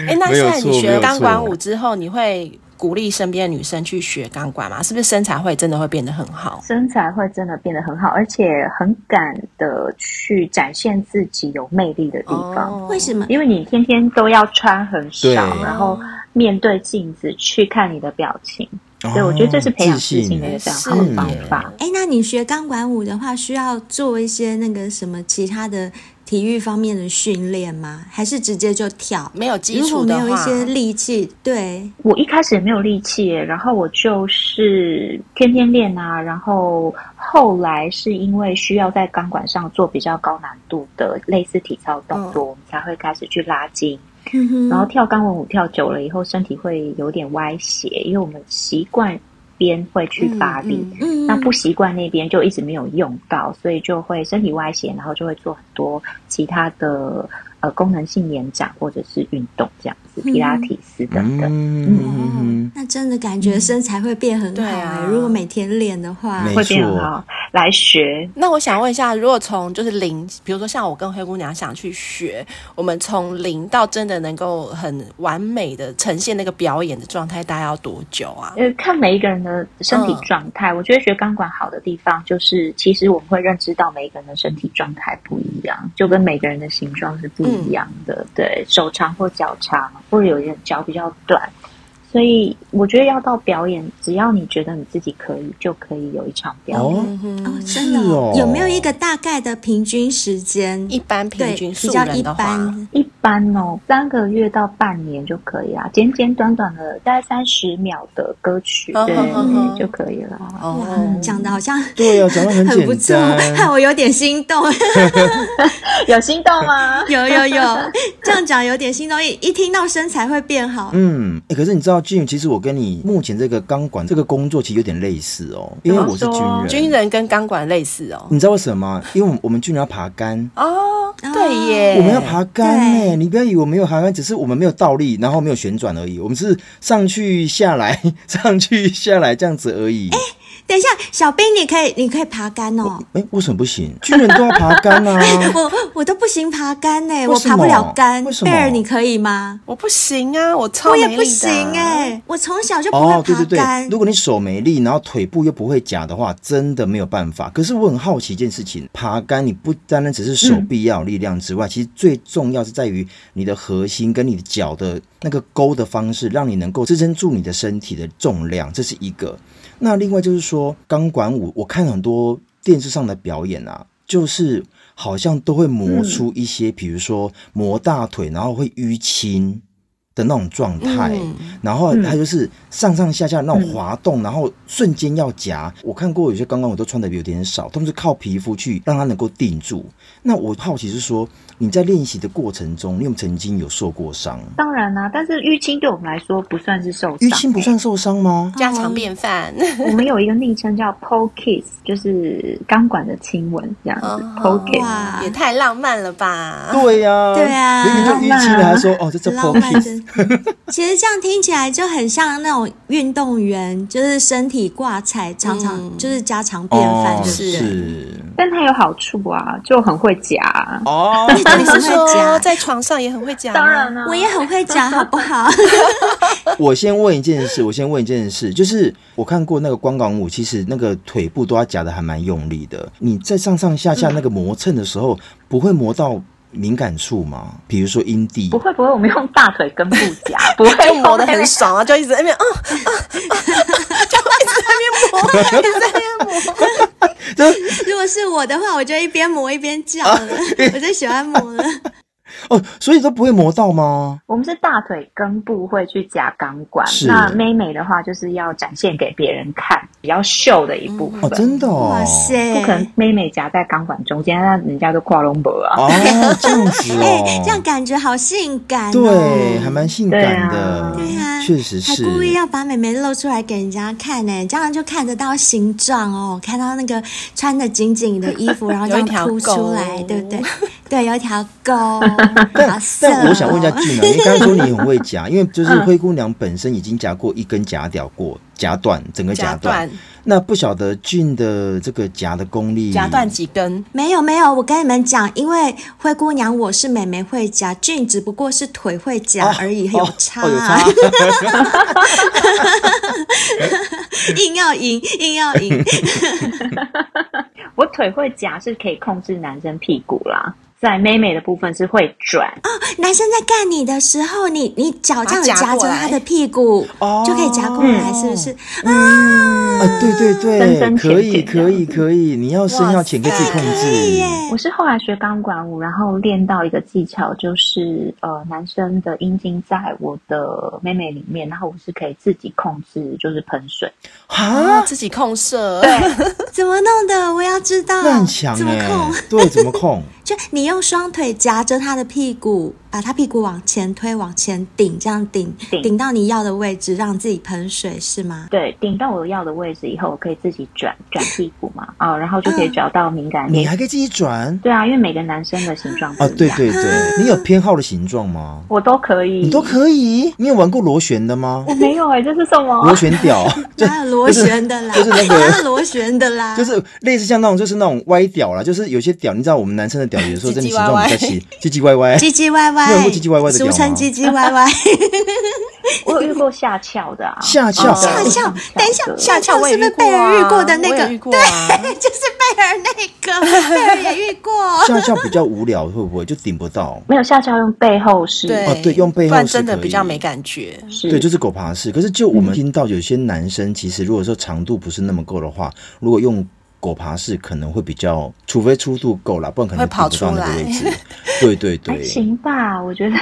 [SPEAKER 2] 哎，那
[SPEAKER 4] 没
[SPEAKER 2] 现
[SPEAKER 4] 有
[SPEAKER 2] 在你
[SPEAKER 4] 错没
[SPEAKER 2] 学
[SPEAKER 4] 有
[SPEAKER 2] 钢管舞
[SPEAKER 4] 错
[SPEAKER 2] 之后，你会鼓励身边的女生去学钢管吗？是不是身材会真的会变得很好？
[SPEAKER 5] 身材会真的变得很好，而且很敢的去展现自己有魅力的地方。
[SPEAKER 2] 哦
[SPEAKER 3] 为什么？
[SPEAKER 5] 因为你天天都要穿很少
[SPEAKER 4] 对，
[SPEAKER 5] 然后面对镜子去看你的表情，所以我觉得这是培养自信的
[SPEAKER 4] 哦
[SPEAKER 5] 一个非常好的方法。
[SPEAKER 3] 哎，那你学钢管舞的话，需要做一些那个什么其他的体育方面的训练吗？还是直接就跳？
[SPEAKER 2] 没有基
[SPEAKER 3] 如果
[SPEAKER 2] 础
[SPEAKER 3] 没
[SPEAKER 2] 的
[SPEAKER 3] 有一
[SPEAKER 2] 话，
[SPEAKER 3] 些力气，对，
[SPEAKER 5] 我一开始也没有力气耶，然后我就是天天练啊，然后后来是因为需要在钢管上做比较高难度的类似体操动作，我们才会开始去拉筋。
[SPEAKER 3] 嗯哼
[SPEAKER 5] 然后跳钢管舞跳久了以后，身体会有点歪斜，因为我们习惯边会去发力。
[SPEAKER 2] 嗯嗯
[SPEAKER 3] 嗯，
[SPEAKER 5] 那不习惯那边就一直没有用到，所以就会身体歪斜，然后就会做很多其他的呃功能性延展或者是运动这样子，
[SPEAKER 3] 嗯
[SPEAKER 5] 皮拉提斯等等。
[SPEAKER 4] 嗯，
[SPEAKER 3] 那真的感觉身材会变很好、
[SPEAKER 2] 对
[SPEAKER 3] 欸
[SPEAKER 2] 啊
[SPEAKER 3] 如果每天练的话，
[SPEAKER 4] 没
[SPEAKER 5] 会变很好，来学
[SPEAKER 2] 那我想问一下，如果从就是零，比如说像我跟灰姑娘想去学，我们从零到真的能够很完美的呈现那个表演的状态，大概要多久啊？
[SPEAKER 5] 呃，看每一个人的身
[SPEAKER 2] 嗯
[SPEAKER 5] 体状态。我觉得学钢管好的地方就是，其实我们会认知到每一个人的身体状态不一样，就跟每个人的形状是不一样的。
[SPEAKER 2] 嗯
[SPEAKER 5] 对手长或脚长，或者有人脚比较短，所以我觉得要到表演，只要你觉得你自己可以，就可以有一场表演。
[SPEAKER 4] 哦，
[SPEAKER 3] 哦，真的、
[SPEAKER 4] 是哦
[SPEAKER 3] 有没有一个大概的平均时间？
[SPEAKER 2] 一般平
[SPEAKER 3] 对
[SPEAKER 2] 均
[SPEAKER 3] 比
[SPEAKER 2] 素
[SPEAKER 3] 较
[SPEAKER 2] 人
[SPEAKER 3] 一
[SPEAKER 2] 的话，
[SPEAKER 3] 般，
[SPEAKER 5] 一般哦，三个月到半年就可以啦，简简短短的大概三十秒的歌曲，
[SPEAKER 2] 嗯
[SPEAKER 5] 对
[SPEAKER 2] 嗯嗯
[SPEAKER 5] 就可以了。
[SPEAKER 2] 哦，
[SPEAKER 3] 讲的好像
[SPEAKER 4] 嗯对呀、讲的很
[SPEAKER 3] 很不
[SPEAKER 4] 简
[SPEAKER 3] 错，
[SPEAKER 4] 单，
[SPEAKER 3] (laughs) 害我有点心动。
[SPEAKER 5] 有心动吗？
[SPEAKER 3] 有有有，这样讲有点心动，一一听到身材会变好。
[SPEAKER 4] (laughs) 嗯、欸可是你知道，Jim，其实我跟你目前这个钢管这个工作其实有点类似哦，因为我是
[SPEAKER 5] 怎么
[SPEAKER 4] 军
[SPEAKER 5] 说
[SPEAKER 4] 人。
[SPEAKER 2] 军人跟钢管类似哦。
[SPEAKER 4] 你知道为什么吗？因为我们我们军人要爬杆，
[SPEAKER 2] 哦，
[SPEAKER 3] 啊
[SPEAKER 2] 对耶，
[SPEAKER 4] 我们要爬杆呢、
[SPEAKER 3] 对
[SPEAKER 4] 你不要以为我们有爬杆，只是我们没有倒立，然后没有旋转而已。我们是上去下来， (laughs) 上去下来这样子而已。哎、
[SPEAKER 3] 等一下，小兵，你可以你可以爬杆哦。
[SPEAKER 4] 为什么不行？军人都要爬杆啊！
[SPEAKER 3] 我我都不行爬杆呢、
[SPEAKER 4] 为
[SPEAKER 3] 我
[SPEAKER 4] 什么
[SPEAKER 3] 爬不了杆
[SPEAKER 4] 为。什么
[SPEAKER 3] 贝尔，你可以吗？
[SPEAKER 2] 我不行啊，我超
[SPEAKER 3] 我也
[SPEAKER 2] 没
[SPEAKER 3] 不
[SPEAKER 2] 力的
[SPEAKER 3] 行哎、我从小就不
[SPEAKER 4] 哦
[SPEAKER 3] 会，
[SPEAKER 4] 对
[SPEAKER 3] 爬
[SPEAKER 4] 对对
[SPEAKER 3] 杆。，
[SPEAKER 4] 如果你手没力，然后腿部又不会夹的话，真的没有办法。可是我很好奇一件事情，爬杆你不单单只是手臂要有力量之外，其实最重要是在于你的核心跟你的脚的那个勾的方式，让你能够支撑住你的身体的重量，这是一个。那另外就是说，钢管舞，我看很多电视上的表演啊，就是好像都会
[SPEAKER 3] 嗯
[SPEAKER 4] 磨出一些，比如说磨大腿，然后会淤青的那种状态。
[SPEAKER 3] 嗯
[SPEAKER 2] 嗯
[SPEAKER 4] 然后它就是上上下下那种滑
[SPEAKER 3] 嗯
[SPEAKER 4] 动，然后瞬间要夹。我看过有些钢管舞都穿的有点少，他们是靠皮肤去让它能够定住。那我好奇是说，你在练习的过程中，你有没有曾经有受过伤？
[SPEAKER 5] 当然啦、但是淤青对我们来说不算是受伤，欸
[SPEAKER 4] 淤青不算受伤吗？
[SPEAKER 2] 家常便饭。
[SPEAKER 4] (laughs)
[SPEAKER 3] 嗯
[SPEAKER 5] 我们有一个昵称叫 “pole kiss”，就是钢管的亲吻这样子。pole kiss，
[SPEAKER 2] (laughs)
[SPEAKER 3] 哇
[SPEAKER 2] 也，太浪漫了吧！
[SPEAKER 4] 对呀、
[SPEAKER 3] 对啊
[SPEAKER 4] 明明就淤青了，还说哦，这叫
[SPEAKER 3] 很
[SPEAKER 4] p o
[SPEAKER 3] 浪
[SPEAKER 4] k
[SPEAKER 3] 漫真的。其实这样听起来就很像那种运动员，就是身体挂彩，常常、
[SPEAKER 2] 嗯
[SPEAKER 3] 就是家常便饭，
[SPEAKER 4] 哦，
[SPEAKER 3] 对不对？
[SPEAKER 4] 是
[SPEAKER 5] 但它有好处啊，就很会夹。
[SPEAKER 4] 哦，
[SPEAKER 2] 你
[SPEAKER 3] 你
[SPEAKER 2] 是
[SPEAKER 3] 是
[SPEAKER 2] 说
[SPEAKER 3] 说
[SPEAKER 2] 在床上啊也很会讲？
[SPEAKER 5] 当然，啊
[SPEAKER 4] 啊
[SPEAKER 5] 啦、
[SPEAKER 3] 我也很会讲，好不好？
[SPEAKER 4] (laughs) 我先问一件事，我先问一件事，就是我看过那个光港舞，其实那个腿部都要夹的还蛮用力的。你在上上下下那个磨蹭的时候，不会磨到敏感处吗？比如说阴蒂
[SPEAKER 5] 不，会不会，我们用大腿根部夹，不会
[SPEAKER 2] 就磨得很爽啊，就一直在那边啊啊
[SPEAKER 3] (laughs)
[SPEAKER 2] 啊，就一直在那边磨，一 (laughs) 直在那边磨。
[SPEAKER 3] 如果是我的话，我就一边磨一边叫了，
[SPEAKER 4] 啊
[SPEAKER 3] (laughs) 我最喜欢磨了。
[SPEAKER 4] 哦，所以都不会磨到吗？
[SPEAKER 5] 我们是大腿根部会去夹钢管
[SPEAKER 4] 是，
[SPEAKER 5] 那妹妹的话就是要展现给别人看，比较秀的一部分。
[SPEAKER 4] 哦，真的哦，
[SPEAKER 3] 哇塞！
[SPEAKER 5] 不可能，妹妹夹在钢管中间，那人家都跨龙博啊。
[SPEAKER 4] 哦，这样子
[SPEAKER 3] (laughs) 哎、
[SPEAKER 4] 哦，
[SPEAKER 3] 这样感觉好性感哦！
[SPEAKER 4] 对，还蛮性感的，
[SPEAKER 5] 对
[SPEAKER 3] 对啊，
[SPEAKER 4] 确实是，
[SPEAKER 3] 还故意要把美眉露出来给人家看呢、这样就看得到形状哦，看到那个穿的紧紧的
[SPEAKER 4] (laughs)
[SPEAKER 3] 衣服，然后这样凸出
[SPEAKER 2] 有一条
[SPEAKER 3] 来，
[SPEAKER 2] 沟
[SPEAKER 3] 对不对？对，有一条
[SPEAKER 4] (laughs)
[SPEAKER 3] 沟，好
[SPEAKER 4] 但
[SPEAKER 3] 色、哦。
[SPEAKER 4] 但我想问一下俊啊，你刚才说你很会
[SPEAKER 3] (laughs)
[SPEAKER 4] 夹，因为就是灰姑娘本身已经夹过一根夹屌过夹断，整个夹
[SPEAKER 2] 夹
[SPEAKER 4] 断
[SPEAKER 2] 断。
[SPEAKER 4] 那不晓得俊的这个夹的功力，啊
[SPEAKER 2] 夹断几根，
[SPEAKER 3] 没有没有，我跟你们讲，因为灰姑娘我是美眉会夹，俊只不过是腿会夹而已，有差、
[SPEAKER 4] 哦有差
[SPEAKER 3] (laughs) 硬要赢，硬要赢。
[SPEAKER 5] 我腿会夹是可以控制男生屁股啦，在妹妹的部分是会转，
[SPEAKER 3] 男生在干你的时候，你你脚这
[SPEAKER 2] 把它
[SPEAKER 3] 样
[SPEAKER 2] 夹
[SPEAKER 3] 夹
[SPEAKER 2] 过
[SPEAKER 3] 着
[SPEAKER 2] 来
[SPEAKER 3] 他的屁股，
[SPEAKER 4] 哦
[SPEAKER 3] 就可以夹过来，是不是？
[SPEAKER 4] 啊，对对
[SPEAKER 5] 深深
[SPEAKER 4] 对，
[SPEAKER 5] 浅
[SPEAKER 4] 可以
[SPEAKER 5] 浅这
[SPEAKER 4] 可
[SPEAKER 5] 样
[SPEAKER 4] 以可以，你要深要浅可以自己控
[SPEAKER 3] 哎
[SPEAKER 4] 制，
[SPEAKER 5] 我是后来学钢管舞，然后练到一个技巧，就是呃，男生的阴茎在我的妹妹里面，然后我是可以自己控制，就是喷水。
[SPEAKER 3] 嗯
[SPEAKER 4] 啊，
[SPEAKER 2] 哦自己控射，哎
[SPEAKER 3] (laughs) 怎么弄的？我要知道。
[SPEAKER 4] 那很强
[SPEAKER 3] 怎么
[SPEAKER 4] 哎
[SPEAKER 3] 控？，
[SPEAKER 4] 对，怎么控？
[SPEAKER 3] 就你用双腿夹着他的屁股，把他屁股往前推，往前顶，这样顶
[SPEAKER 5] 顶
[SPEAKER 3] 顶到你要的位置，让自己喷水是吗？
[SPEAKER 5] 对，顶到我要的位置以后，我可以自己转转屁股 (laughs) 嘛，啊、然后就可以找到敏感
[SPEAKER 4] 你
[SPEAKER 5] 点。
[SPEAKER 4] 还可以自己转
[SPEAKER 5] 对啊，因为每个男生的形状不
[SPEAKER 4] 啊，
[SPEAKER 5] 一
[SPEAKER 4] 对
[SPEAKER 5] 样，
[SPEAKER 4] 对对，你有偏好的形状吗？
[SPEAKER 5] 我都可以，
[SPEAKER 4] 你都可以，你有玩过螺旋的吗？
[SPEAKER 5] 我没有哎、这是什么？
[SPEAKER 4] 螺旋屌， (laughs) 就
[SPEAKER 3] 哪有螺旋的啦？
[SPEAKER 4] 就是就是那个
[SPEAKER 3] (laughs) 哪有螺旋的
[SPEAKER 4] (laughs)
[SPEAKER 3] 啦？
[SPEAKER 4] 就是类似像那种，就是那种歪屌啦，就是有些屌，你知道我们男生的屌，有时候真的形状比较奇，唧唧歪
[SPEAKER 3] (laughs)
[SPEAKER 4] 歪。
[SPEAKER 3] 唧唧歪
[SPEAKER 4] 你有玩
[SPEAKER 3] 歪，
[SPEAKER 4] 过唧唧歪歪的屌
[SPEAKER 3] 俗
[SPEAKER 4] 吗
[SPEAKER 3] 称唧唧歪
[SPEAKER 4] (laughs)
[SPEAKER 3] 歪。
[SPEAKER 5] 我有遇过下翘的啊，
[SPEAKER 4] 下翘
[SPEAKER 5] 嗯
[SPEAKER 3] 下
[SPEAKER 4] (laughs)
[SPEAKER 3] 翘，等一下，
[SPEAKER 2] 下翘我也
[SPEAKER 3] 是不是
[SPEAKER 2] 遇过
[SPEAKER 3] 贝
[SPEAKER 2] 啊，
[SPEAKER 3] 尔遇过的那
[SPEAKER 2] 我
[SPEAKER 3] 个
[SPEAKER 2] 也？遇过啊，
[SPEAKER 3] (laughs) 对，就是贝尔那个，贝尔也遇过。
[SPEAKER 4] 下翘比较无聊，会不会就顶不到？
[SPEAKER 5] 没有下翘用背后式，
[SPEAKER 4] 哦对用背后
[SPEAKER 2] 不然
[SPEAKER 4] 是
[SPEAKER 2] 真的
[SPEAKER 4] 可
[SPEAKER 2] 比较
[SPEAKER 4] 以
[SPEAKER 2] 没感觉。
[SPEAKER 5] 是
[SPEAKER 4] 对，就是狗爬式。可是就我
[SPEAKER 3] 嗯
[SPEAKER 4] 们听到有些男生，其实如果说长度不是那么够的话，如果用狗爬式可能会比较，除非粗度够啦，不然可能
[SPEAKER 2] 会跑
[SPEAKER 4] 顶不到那个
[SPEAKER 2] 出来
[SPEAKER 3] (laughs)
[SPEAKER 4] 位置。对对
[SPEAKER 5] 还
[SPEAKER 3] 哎
[SPEAKER 4] 对，
[SPEAKER 5] 行吧，我觉得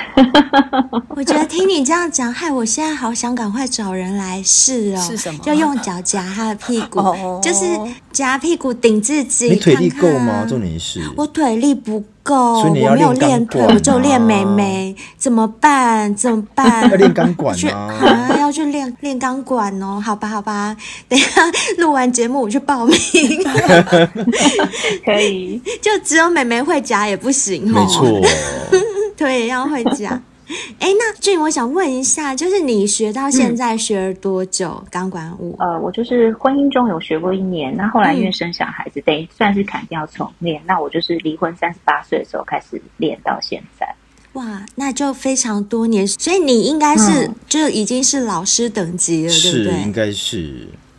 [SPEAKER 3] 我觉得听你这样讲，害我现在好想赶快找人来试哦。
[SPEAKER 2] 试什么
[SPEAKER 3] 就用脚夹他的屁股，
[SPEAKER 2] 哦
[SPEAKER 3] 就是夹屁股顶自己。
[SPEAKER 4] 你腿力
[SPEAKER 3] 看看
[SPEAKER 4] 够
[SPEAKER 3] 啊
[SPEAKER 4] 吗？重点是，
[SPEAKER 3] 我腿力不够，
[SPEAKER 4] 所以你要
[SPEAKER 3] 我没有
[SPEAKER 4] 练
[SPEAKER 3] 练
[SPEAKER 4] 钢
[SPEAKER 3] 腿，
[SPEAKER 4] 管
[SPEAKER 3] 我就练美
[SPEAKER 4] 啊
[SPEAKER 3] 眉，怎么办？怎么
[SPEAKER 4] (laughs) (laughs)
[SPEAKER 3] 办？
[SPEAKER 4] 要练钢管
[SPEAKER 3] 去
[SPEAKER 4] 啊。
[SPEAKER 3] 啊，要去练练钢管哦。好吧，好吧，等一下录完节目我去报名。 (laughs)
[SPEAKER 5] 可以。
[SPEAKER 3] 就只有美眉会夹也不行哦。
[SPEAKER 4] 没错，
[SPEAKER 3] (laughs) 对，要会
[SPEAKER 5] (laughs)
[SPEAKER 3] 讲。哎，那俊，我想问一下，就是你学到现在学了多久钢管舞？
[SPEAKER 5] 呃，我就是婚姻中有学过一年，那后来因为
[SPEAKER 3] 嗯
[SPEAKER 5] 生小孩子，等于算是砍掉重练。那我就是离婚三十八岁的时候开始练到现在。
[SPEAKER 3] 哇，那就非常多年，所以你应该是、
[SPEAKER 5] 嗯
[SPEAKER 3] 就已经是老师等级了，对不
[SPEAKER 4] 是应
[SPEAKER 3] 对？
[SPEAKER 4] 该是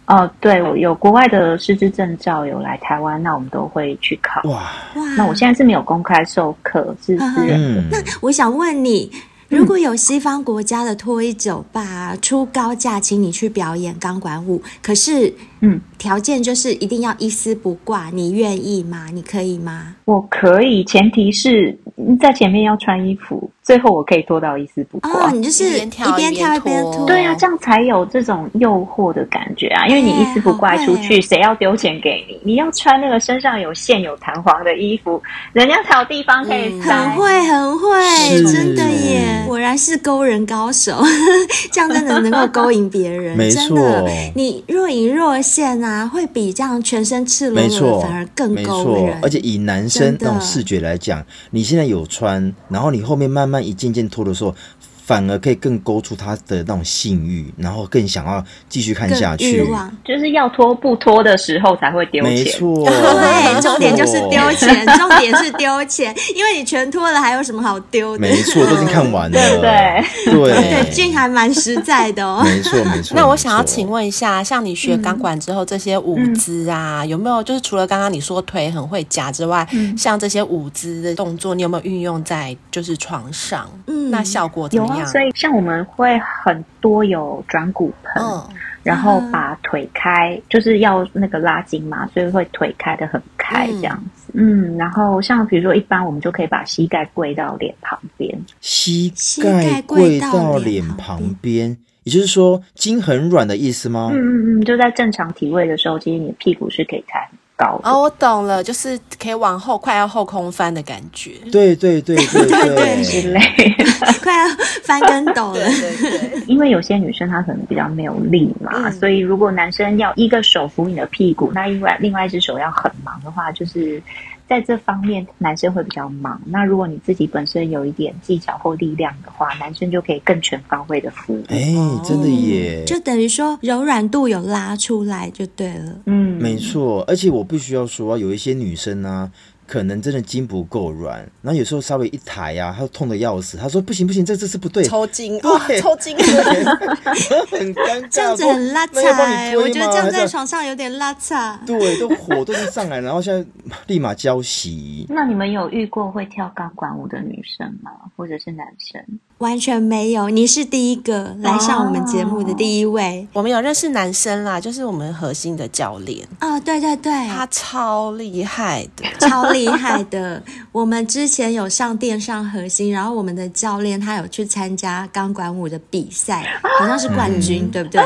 [SPEAKER 5] 哦，对，我有国外的师资证照有来台湾，那我们都会去考。
[SPEAKER 4] 哇，
[SPEAKER 3] 哇，
[SPEAKER 5] 那我现在是没有公开授课，是私人。
[SPEAKER 4] 嗯，
[SPEAKER 3] 我想问你，如果有西方国家的脱衣酒吧出高价请你去表演钢管舞，可是
[SPEAKER 5] 嗯，
[SPEAKER 3] 条件就是一定要一丝不挂，你愿意吗？你可以吗？
[SPEAKER 5] 我可以，前提是嗯在前面要穿衣服，最后我可以脱到一丝
[SPEAKER 4] 啊
[SPEAKER 5] 不挂。
[SPEAKER 3] 哦，你就是
[SPEAKER 2] 一边跳
[SPEAKER 3] 边
[SPEAKER 2] 一边
[SPEAKER 3] 跳一边
[SPEAKER 2] 脱
[SPEAKER 3] 脱，
[SPEAKER 5] 对啊，这样才有这种诱惑的感觉啊！因为你一丝不挂出去，谁要丢钱给你？你要穿那个身上有线、有弹簧的衣服，人家才有地方可
[SPEAKER 2] 嗯
[SPEAKER 5] 以塞。
[SPEAKER 3] 很会，很会，
[SPEAKER 4] 是
[SPEAKER 3] 真的耶！果然是勾人高手， (laughs) 这样真的能够勾引别人，
[SPEAKER 4] 没
[SPEAKER 3] 真
[SPEAKER 4] 错
[SPEAKER 3] 的。你若隐若现啊，会比这样全身赤裸
[SPEAKER 4] 没
[SPEAKER 3] 裸的
[SPEAKER 4] 错
[SPEAKER 3] 反而，更
[SPEAKER 4] 没
[SPEAKER 3] 勾
[SPEAKER 4] 错
[SPEAKER 3] 人，，
[SPEAKER 4] 而且以男生
[SPEAKER 3] 真的
[SPEAKER 4] 那种视觉来讲，你现在有穿，然后你后面慢慢一件件脱的时候，反而可以更勾出他的那种性欲，然后更想要继续看下
[SPEAKER 3] 更欲
[SPEAKER 4] 去。
[SPEAKER 3] 望。
[SPEAKER 5] 就是要脱不脱的时候才会丢
[SPEAKER 4] 没
[SPEAKER 5] 钱。
[SPEAKER 4] 错，
[SPEAKER 3] (laughs) 对，
[SPEAKER 4] 没
[SPEAKER 3] 重点就是
[SPEAKER 4] 错
[SPEAKER 3] 丢钱， (laughs) 重点是丢钱，因为你全脱了，还有什么好丢的？
[SPEAKER 4] 没错，都已经看完了，
[SPEAKER 5] 对
[SPEAKER 2] (laughs)
[SPEAKER 5] 不对
[SPEAKER 4] 对
[SPEAKER 3] (laughs) 对，俊还蛮实在的哦。
[SPEAKER 4] 没错
[SPEAKER 2] (laughs)
[SPEAKER 4] 没错。
[SPEAKER 2] 那我
[SPEAKER 4] 没
[SPEAKER 2] 想要
[SPEAKER 4] 错
[SPEAKER 2] 请，问一下，像你学钢管之后，这些舞姿啊，
[SPEAKER 5] 嗯
[SPEAKER 2] 有没有就是除了刚刚你说腿很会夹之外，像这些舞姿的动作，你有没有运用在就是床上？
[SPEAKER 3] 嗯
[SPEAKER 2] 那效果怎
[SPEAKER 5] 有
[SPEAKER 2] 么
[SPEAKER 5] 啊，
[SPEAKER 2] 样？
[SPEAKER 5] 所以像我们会很多有转骨盆，
[SPEAKER 2] 嗯，
[SPEAKER 5] 然后把腿开，就是要那个拉筋嘛，所以会腿开的很开这样子。嗯，然后像比如说一般我们就可以把膝盖跪到脸旁边，
[SPEAKER 4] 膝
[SPEAKER 3] 膝
[SPEAKER 4] 盖
[SPEAKER 3] 盖
[SPEAKER 4] 跪
[SPEAKER 3] 跪
[SPEAKER 4] 到
[SPEAKER 3] 到
[SPEAKER 4] 脸
[SPEAKER 3] 脸
[SPEAKER 4] 旁
[SPEAKER 3] 旁
[SPEAKER 4] 边，也就是说筋很软的意思吗？
[SPEAKER 5] 嗯嗯嗯，就在正常体位的时候，其实你的屁股是可以抬很高的。
[SPEAKER 2] 哦，我懂了，就是可以往后快要后空翻的感觉。
[SPEAKER 4] 对对对
[SPEAKER 3] (laughs)
[SPEAKER 4] 对
[SPEAKER 5] 之
[SPEAKER 2] (laughs)
[SPEAKER 4] 对，
[SPEAKER 5] 类，
[SPEAKER 3] 快要翻跟斗了。
[SPEAKER 2] 对 (laughs) 对，
[SPEAKER 5] (laughs) 因为有些女生她可能比较没有力嘛，
[SPEAKER 2] 嗯
[SPEAKER 5] 所以如果男生要一个手扶你的屁股，那另外另外一只手要很忙的话，就是在这方面男生会比较忙。那如果你自己本身有一点技巧或力量的话，男生就可以更全方位的服务。
[SPEAKER 4] 哎，真的耶，
[SPEAKER 3] 哦就等于说柔软度有拉出来就对了。
[SPEAKER 5] 嗯，
[SPEAKER 4] 没错。而且我必须要说啊，有一些女生啊。可能真的筋不够软，然后有时候稍微一抬呀、啊，她痛的要死。她说：“不行不行，这这是不对。”
[SPEAKER 2] 抽筋哇，抽筋！
[SPEAKER 4] (laughs) 很尴尬，
[SPEAKER 3] 这样子
[SPEAKER 4] 说
[SPEAKER 3] 很拉
[SPEAKER 4] 那
[SPEAKER 3] 差
[SPEAKER 4] 要帮你
[SPEAKER 3] 欸，
[SPEAKER 4] 推
[SPEAKER 3] 我觉得
[SPEAKER 4] 吗
[SPEAKER 3] 这样
[SPEAKER 4] 还是
[SPEAKER 3] 在床上有点拉
[SPEAKER 4] (laughs)
[SPEAKER 3] 差。
[SPEAKER 4] 对，都火都是上来，然后现在立马交席。
[SPEAKER 5] 那你们有遇过会跳钢管舞的女生吗？或者是男生？
[SPEAKER 3] 完全没有，你是第一个来上我们节目的第一位
[SPEAKER 2] (laughs) 我们有认识男生啦，就是我们核心的教练，
[SPEAKER 3] 哦对对对，
[SPEAKER 2] 他超厉害的。
[SPEAKER 3] 超厉害的。 (laughs) 我们之前有上电上核心，然后我们的教练他有去参加钢管舞的比赛，好像是冠军，
[SPEAKER 4] 嗯
[SPEAKER 3] 对不对？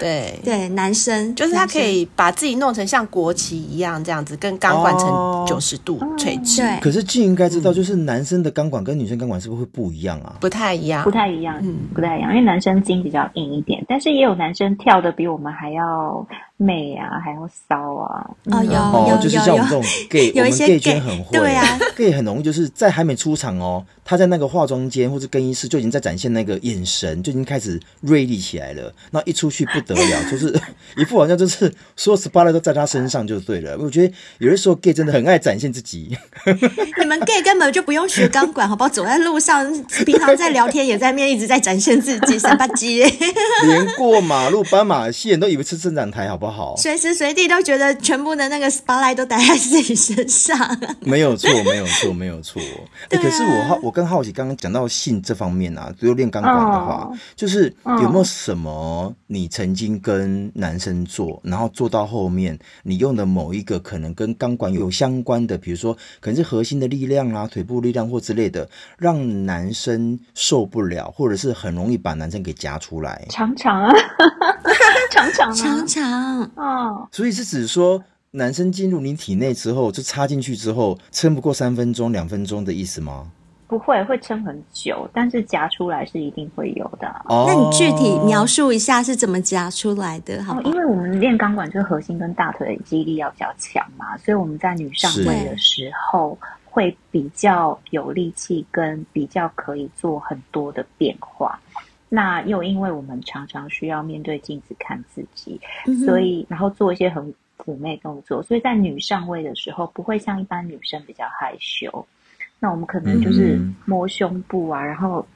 [SPEAKER 2] 对，
[SPEAKER 3] 对，男生
[SPEAKER 2] 就是他
[SPEAKER 3] 男生
[SPEAKER 2] 可以把自己弄成像国旗一样这样子，跟钢管
[SPEAKER 4] 哦
[SPEAKER 2] 成九十度垂直，
[SPEAKER 3] 对
[SPEAKER 4] 可是静应该知
[SPEAKER 3] 嗯
[SPEAKER 4] 道，就是男生的钢管跟女生钢管是不是会不一样啊？
[SPEAKER 2] 不太一样，
[SPEAKER 5] 不太一样，
[SPEAKER 4] 嗯
[SPEAKER 5] 不太一样，因为男生筋比较硬一点，但是也有男生跳的比我们还要美啊，还要骚啊。
[SPEAKER 3] 哦有
[SPEAKER 4] 哦，
[SPEAKER 3] 有
[SPEAKER 4] 就是
[SPEAKER 3] 有
[SPEAKER 4] 像我们这
[SPEAKER 3] 有
[SPEAKER 4] 种
[SPEAKER 3] (laughs)
[SPEAKER 4] gay，
[SPEAKER 3] 有
[SPEAKER 4] 我
[SPEAKER 3] 一
[SPEAKER 4] 们
[SPEAKER 3] 些
[SPEAKER 4] gay 圈
[SPEAKER 3] gay，
[SPEAKER 4] 很会，
[SPEAKER 3] 对啊
[SPEAKER 4] ，gay 很容易就是在还没出场哦，他在那个化妆间或是更衣室就已经在展现那个眼神，就已经开始锐利起来了。那一出去不得了，就是 (laughs) 一副好像就是所有 spotlight 都在他身上就对了。我觉得有的时候 gay 真的很爱展现自己， (laughs)
[SPEAKER 3] 你们 gay 根本就不用学钢管，好不好？走在路上，平常在聊天也在面一直在展现自己，三八鸡。
[SPEAKER 4] 连过马路斑马线都以为是生长台，好不不好？
[SPEAKER 3] 随时随地都觉得全部的那个 spotlight 都打在自己身上。
[SPEAKER 4] 没有错，没有错，没有错。哎、
[SPEAKER 3] (laughs) 对啊
[SPEAKER 4] 可是我好，我更好奇，刚刚讲到性这方面啊，只有练钢管的话，
[SPEAKER 5] 哦
[SPEAKER 4] 就是嗯有没有什么你曾经跟男生做，然后做到后面，你用的某一个可能跟钢管有相关的，比如说可能是核心的力量啊、腿部力量或之类的，让男生受不了，或者是很容易把男生给夹出来。
[SPEAKER 5] 常常啊， (laughs) 常 (laughs) 常啊，
[SPEAKER 3] 常常
[SPEAKER 5] 哦，
[SPEAKER 4] 所以是指说，男生进入你体内之后，就插进去之后，撑不过三分钟、两分钟的意思吗？
[SPEAKER 5] 不会会撑很久，但是夹出来是一定会有的啊。
[SPEAKER 4] 哦，
[SPEAKER 3] 那你具体描述一下是怎么夹出来的，好
[SPEAKER 5] 哦，
[SPEAKER 3] 不
[SPEAKER 5] 因
[SPEAKER 3] 好？
[SPEAKER 5] 为我们练钢管，就是核心跟大腿的肌力要比较强嘛，所以我们在女上
[SPEAKER 4] 是
[SPEAKER 5] 位的时候会比较有力气，跟比较可以做很多的变化。那又因为我们常常需要面对镜子看自己，
[SPEAKER 3] 嗯哼
[SPEAKER 5] 所以然后做一些很妩媚动作，所以在女上位的时候不会像一般女生比较害羞。那我们可能就是
[SPEAKER 4] 嗯
[SPEAKER 5] 摸胸部啊，然后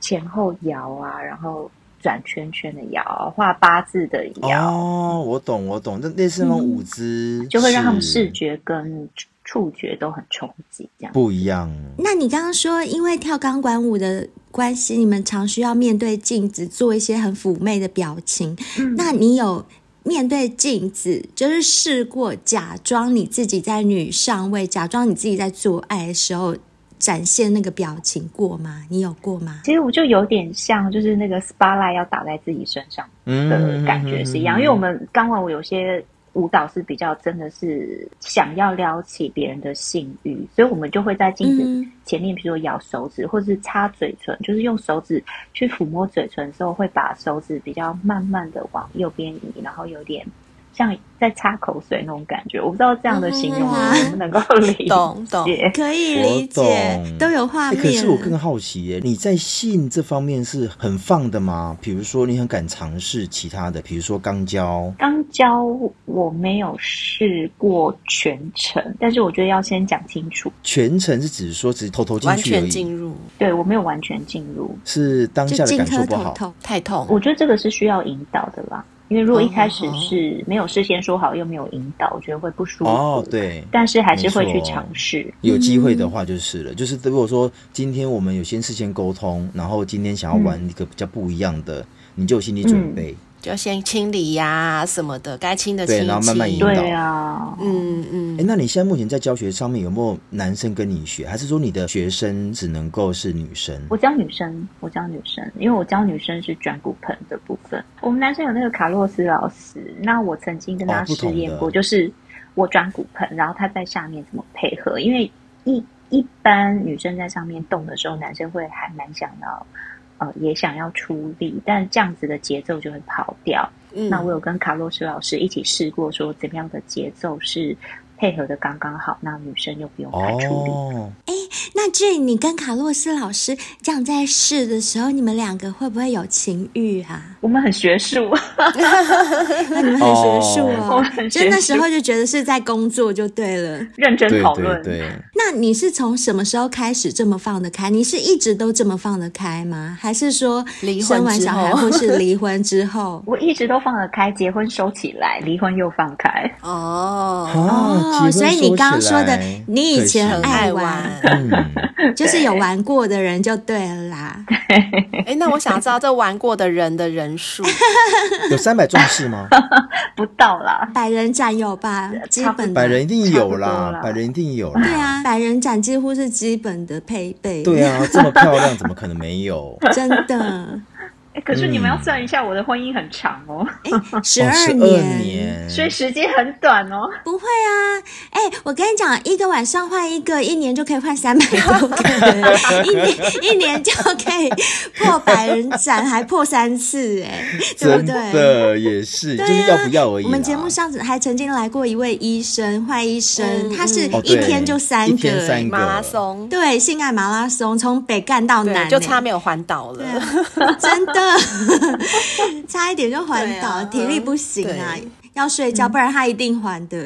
[SPEAKER 5] 前后摇啊，然后转圈圈的摇，画八字的摇，
[SPEAKER 4] 哦，我懂，我懂，那类似那种舞姿，
[SPEAKER 5] 嗯就会让他们视
[SPEAKER 4] 是
[SPEAKER 5] 觉跟触觉都很冲击，这样。
[SPEAKER 4] 不一样。
[SPEAKER 3] 那你刚刚说，因为跳钢管舞的关系，你们常需要面对镜子，做一些很妩媚的表情。(laughs)
[SPEAKER 5] 嗯
[SPEAKER 3] 那你有面对镜子，就是试过假装你自己在女上位，假装你自己在做爱的时候展现那个表情过吗？你有过吗？
[SPEAKER 5] 其实我就有点像，就是那个 spotlight 要打在自己身上的
[SPEAKER 4] 嗯
[SPEAKER 5] 感觉是一样，因为我们钢管舞有些舞蹈是比较真的是想要撩起别人的性欲，所以我们就会在镜
[SPEAKER 3] 嗯
[SPEAKER 5] 子前面，比如说咬手指或是擦嘴唇，就是用手指去抚摸嘴唇之后，会把手指比较慢慢的往右边移，然后有点。像在擦口水那种感觉，我不知道这样的形容
[SPEAKER 3] 嗯
[SPEAKER 5] 能不能够理解。
[SPEAKER 2] 懂懂
[SPEAKER 3] 可以
[SPEAKER 4] 我
[SPEAKER 3] 理解
[SPEAKER 4] 懂，
[SPEAKER 3] 都有
[SPEAKER 2] 嗯
[SPEAKER 3] 画
[SPEAKER 4] 欸
[SPEAKER 3] 面
[SPEAKER 4] 可
[SPEAKER 3] 了。
[SPEAKER 4] 是我更好奇耶，你在性这方面是很放的吗？比如说你很敢尝试其他的，比如说钢胶，
[SPEAKER 5] (laughs) 刚教我没有试过全程，但是我觉得要先讲清楚，
[SPEAKER 4] 全程是指说只是偷偷进
[SPEAKER 2] 完
[SPEAKER 4] 去而
[SPEAKER 2] 全
[SPEAKER 4] 已，
[SPEAKER 2] 进入，
[SPEAKER 5] 对我没有完全进入，
[SPEAKER 4] 是当
[SPEAKER 3] 就
[SPEAKER 4] 下的
[SPEAKER 3] 金
[SPEAKER 4] 感受
[SPEAKER 3] 科
[SPEAKER 4] 不
[SPEAKER 3] 头
[SPEAKER 4] 好。
[SPEAKER 3] 头，
[SPEAKER 2] 太痛。
[SPEAKER 5] 我觉得这个是需要引导的啦，因为如果一开始
[SPEAKER 2] 哦
[SPEAKER 5] 是没有事先说好，又没有引导，我觉得会不舒服。
[SPEAKER 4] 哦，，对，
[SPEAKER 5] 但是还是会去
[SPEAKER 4] 没错
[SPEAKER 5] 尝试。
[SPEAKER 4] 有机会的话就是了，就是如果说今天我们有先事先沟通，然后今天想要玩一个比较不一样的，你就有心理准备。
[SPEAKER 2] 就先清理呀、什么的，该清的清
[SPEAKER 4] 对
[SPEAKER 2] 一清。
[SPEAKER 4] 然后慢慢引导
[SPEAKER 5] 对啊，
[SPEAKER 2] 嗯嗯
[SPEAKER 4] 哎、那你现在目前在教学上面有没有男生跟你学，还是说你的学生只能够是女生
[SPEAKER 5] 我？教女生，我教女生，因为我教女生是转骨盆的部分。我们男生有那个卡洛斯老师，那我曾经跟
[SPEAKER 4] 哦
[SPEAKER 5] 他
[SPEAKER 4] 不
[SPEAKER 5] 试
[SPEAKER 4] 同
[SPEAKER 5] 验
[SPEAKER 4] 的
[SPEAKER 5] 过，就是我转骨盆，然后他在下面怎么配合？因为一一般女生在上面动的时候，男生会还蛮想要，呃，也想要出力，但这样子的节奏就会跑掉。
[SPEAKER 2] 嗯
[SPEAKER 5] 那我有跟卡洛斯老师一起试过，说怎么样的节奏是配合的刚刚好，那女生又不用太出力。
[SPEAKER 4] 哦，
[SPEAKER 3] 那至于你跟卡洛斯老师这样在试的时候，你们两个会不会有情欲啊？
[SPEAKER 2] (laughs)
[SPEAKER 5] 我们很学术，
[SPEAKER 3] 那你们很学术
[SPEAKER 5] 我
[SPEAKER 3] 哦，
[SPEAKER 5] 很
[SPEAKER 3] 就
[SPEAKER 5] 学
[SPEAKER 3] 那
[SPEAKER 5] 术，
[SPEAKER 3] 时候就觉得是在工作就对了。
[SPEAKER 5] 认真
[SPEAKER 4] 对
[SPEAKER 5] 讨
[SPEAKER 4] 对
[SPEAKER 5] 论。？
[SPEAKER 4] 对，
[SPEAKER 3] 那你是从什么时候开始这么放得开？你是一直都这么放得开吗？还是说
[SPEAKER 2] 离婚
[SPEAKER 3] 生完小孩
[SPEAKER 2] 之后
[SPEAKER 3] 或是离婚之
[SPEAKER 2] (laughs)
[SPEAKER 3] 后
[SPEAKER 5] 我一直都放得开，结婚收起来，离婚又放开。
[SPEAKER 2] 哦，
[SPEAKER 4] 啊，
[SPEAKER 3] 哦，
[SPEAKER 4] 结
[SPEAKER 3] 所
[SPEAKER 4] 婚
[SPEAKER 3] 以你刚刚说的
[SPEAKER 4] 收起来，
[SPEAKER 3] 你以前
[SPEAKER 4] 可
[SPEAKER 3] 很
[SPEAKER 4] 惜
[SPEAKER 3] 爱
[SPEAKER 2] 玩
[SPEAKER 3] 玩，。
[SPEAKER 4] 嗯，
[SPEAKER 3] 就是有玩过的人就对了啦。
[SPEAKER 2] 哎、那我想知道这玩过的人的人
[SPEAKER 4] (laughs)
[SPEAKER 2] 数，
[SPEAKER 4] 有三百壮士
[SPEAKER 3] (laughs)
[SPEAKER 4] 吗？
[SPEAKER 5] 不到啦，
[SPEAKER 3] 百人斩有吧，基本
[SPEAKER 4] 百
[SPEAKER 3] 的。
[SPEAKER 4] 人一定有
[SPEAKER 5] 差不
[SPEAKER 4] 啦
[SPEAKER 5] 多，啦
[SPEAKER 4] 百人一定有啦。
[SPEAKER 3] 对，啊，百人斩几乎是基本的配备。
[SPEAKER 4] 对啊，这么漂亮，怎么可能没有？
[SPEAKER 3] (laughs) 真的，
[SPEAKER 5] 诶哎可是你们
[SPEAKER 4] 嗯
[SPEAKER 5] 要算一下，我的婚姻很长哦，
[SPEAKER 3] 十
[SPEAKER 4] 哦
[SPEAKER 3] 二
[SPEAKER 4] 12年，
[SPEAKER 5] 所以时间很短哦。
[SPEAKER 3] 不会啊，哎、我跟你讲，一个晚上换一个，一年就可以换三百多个人，一年一年就可以破百人斩，还破三次、哎，对
[SPEAKER 4] 真
[SPEAKER 3] 不对？
[SPEAKER 4] 的也是，就
[SPEAKER 3] 对
[SPEAKER 4] 是要不要而已啦。
[SPEAKER 3] 我们节目上次还曾经来过一位医生，坏医生，
[SPEAKER 2] 嗯
[SPEAKER 3] 他是
[SPEAKER 4] 哦
[SPEAKER 3] 一
[SPEAKER 4] 对
[SPEAKER 3] 天就三
[SPEAKER 4] 一
[SPEAKER 3] 个、
[SPEAKER 4] 天三
[SPEAKER 3] 哎
[SPEAKER 4] 个
[SPEAKER 2] 马拉松，
[SPEAKER 3] 对，性爱马拉松从北干到南、
[SPEAKER 2] 对，就
[SPEAKER 3] 哎
[SPEAKER 2] 差没有环岛了。
[SPEAKER 3] 啊
[SPEAKER 2] (laughs)
[SPEAKER 3] 真的，差一点就环
[SPEAKER 2] 对
[SPEAKER 3] 岛，
[SPEAKER 2] 啊
[SPEAKER 3] 体力不行啊
[SPEAKER 2] 对，嗯
[SPEAKER 3] 要睡觉，不然他一定还的。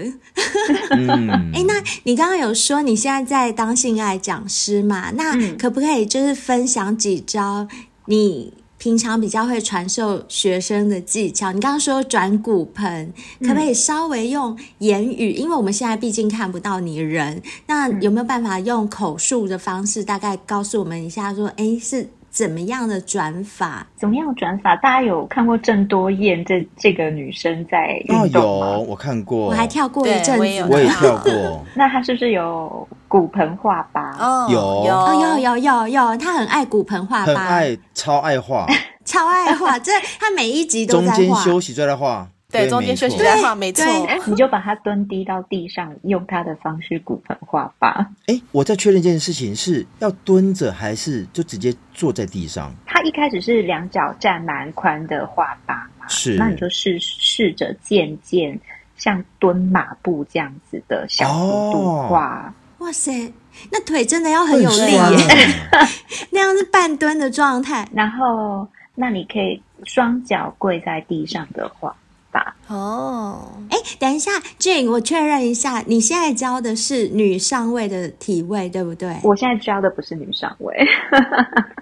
[SPEAKER 4] 嗯，
[SPEAKER 3] (laughs) 哎，那你刚刚有说你现在在
[SPEAKER 2] 嗯
[SPEAKER 3] 当性爱讲师嘛？那可不可以就是分享几招你平常比较会传授学生的技巧。你刚刚说转骨盆，
[SPEAKER 2] 嗯
[SPEAKER 3] 可不可以稍微用言语？因为我们现在毕竟看不到你人，那
[SPEAKER 2] 嗯
[SPEAKER 3] 有没有办法用口述的方式，大概告诉我们一下说，哎是怎么样的转法？
[SPEAKER 5] 怎么样转法？大家有看过郑多燕这这个女生在
[SPEAKER 4] 啊，
[SPEAKER 5] 运
[SPEAKER 4] 有
[SPEAKER 5] 动吗？
[SPEAKER 4] 我看过，
[SPEAKER 3] 我还，跳过一
[SPEAKER 2] 对
[SPEAKER 3] 阵
[SPEAKER 2] 我也
[SPEAKER 3] 子
[SPEAKER 2] 有，
[SPEAKER 4] 我也跳
[SPEAKER 3] (laughs)
[SPEAKER 4] 过，
[SPEAKER 5] 那她是不是有骨盆画疤？
[SPEAKER 2] 哦
[SPEAKER 4] 有
[SPEAKER 3] 哦，有有有有，他很爱骨盆画
[SPEAKER 4] 很
[SPEAKER 3] 吧，
[SPEAKER 4] 爱，超爱
[SPEAKER 3] (laughs)
[SPEAKER 4] 画，
[SPEAKER 3] 超爱画，
[SPEAKER 4] (laughs)
[SPEAKER 3] 这他每一集都
[SPEAKER 4] 中
[SPEAKER 3] 在
[SPEAKER 4] 间
[SPEAKER 3] 画。
[SPEAKER 4] 休息就在画，
[SPEAKER 2] 对，中间
[SPEAKER 4] 没错
[SPEAKER 2] 休息在画，没错。
[SPEAKER 3] 对
[SPEAKER 5] 你就把她蹲低到地上，用她的方式骨盆画疤。
[SPEAKER 4] 哎，我在确认一件事情，是要蹲着还是就直接坐在地上？
[SPEAKER 5] 她一开始是两脚站蛮宽的画疤嘛，
[SPEAKER 4] 是，
[SPEAKER 5] 那你就试试着渐渐像蹲马步这样子的小幅度
[SPEAKER 4] 哦
[SPEAKER 5] 画。
[SPEAKER 3] 哇塞，那腿真的要很有力
[SPEAKER 4] 酸
[SPEAKER 3] 耶，
[SPEAKER 4] 啊
[SPEAKER 3] (laughs) 那样是半蹲的状态。
[SPEAKER 5] 然后，那你可以双脚跪在地上的话吧，
[SPEAKER 2] 哦，
[SPEAKER 3] 哎，等一下，Jane，我确认一下，你现在教的是女上位的体位，对不对？
[SPEAKER 5] 我现在教的不是女上位，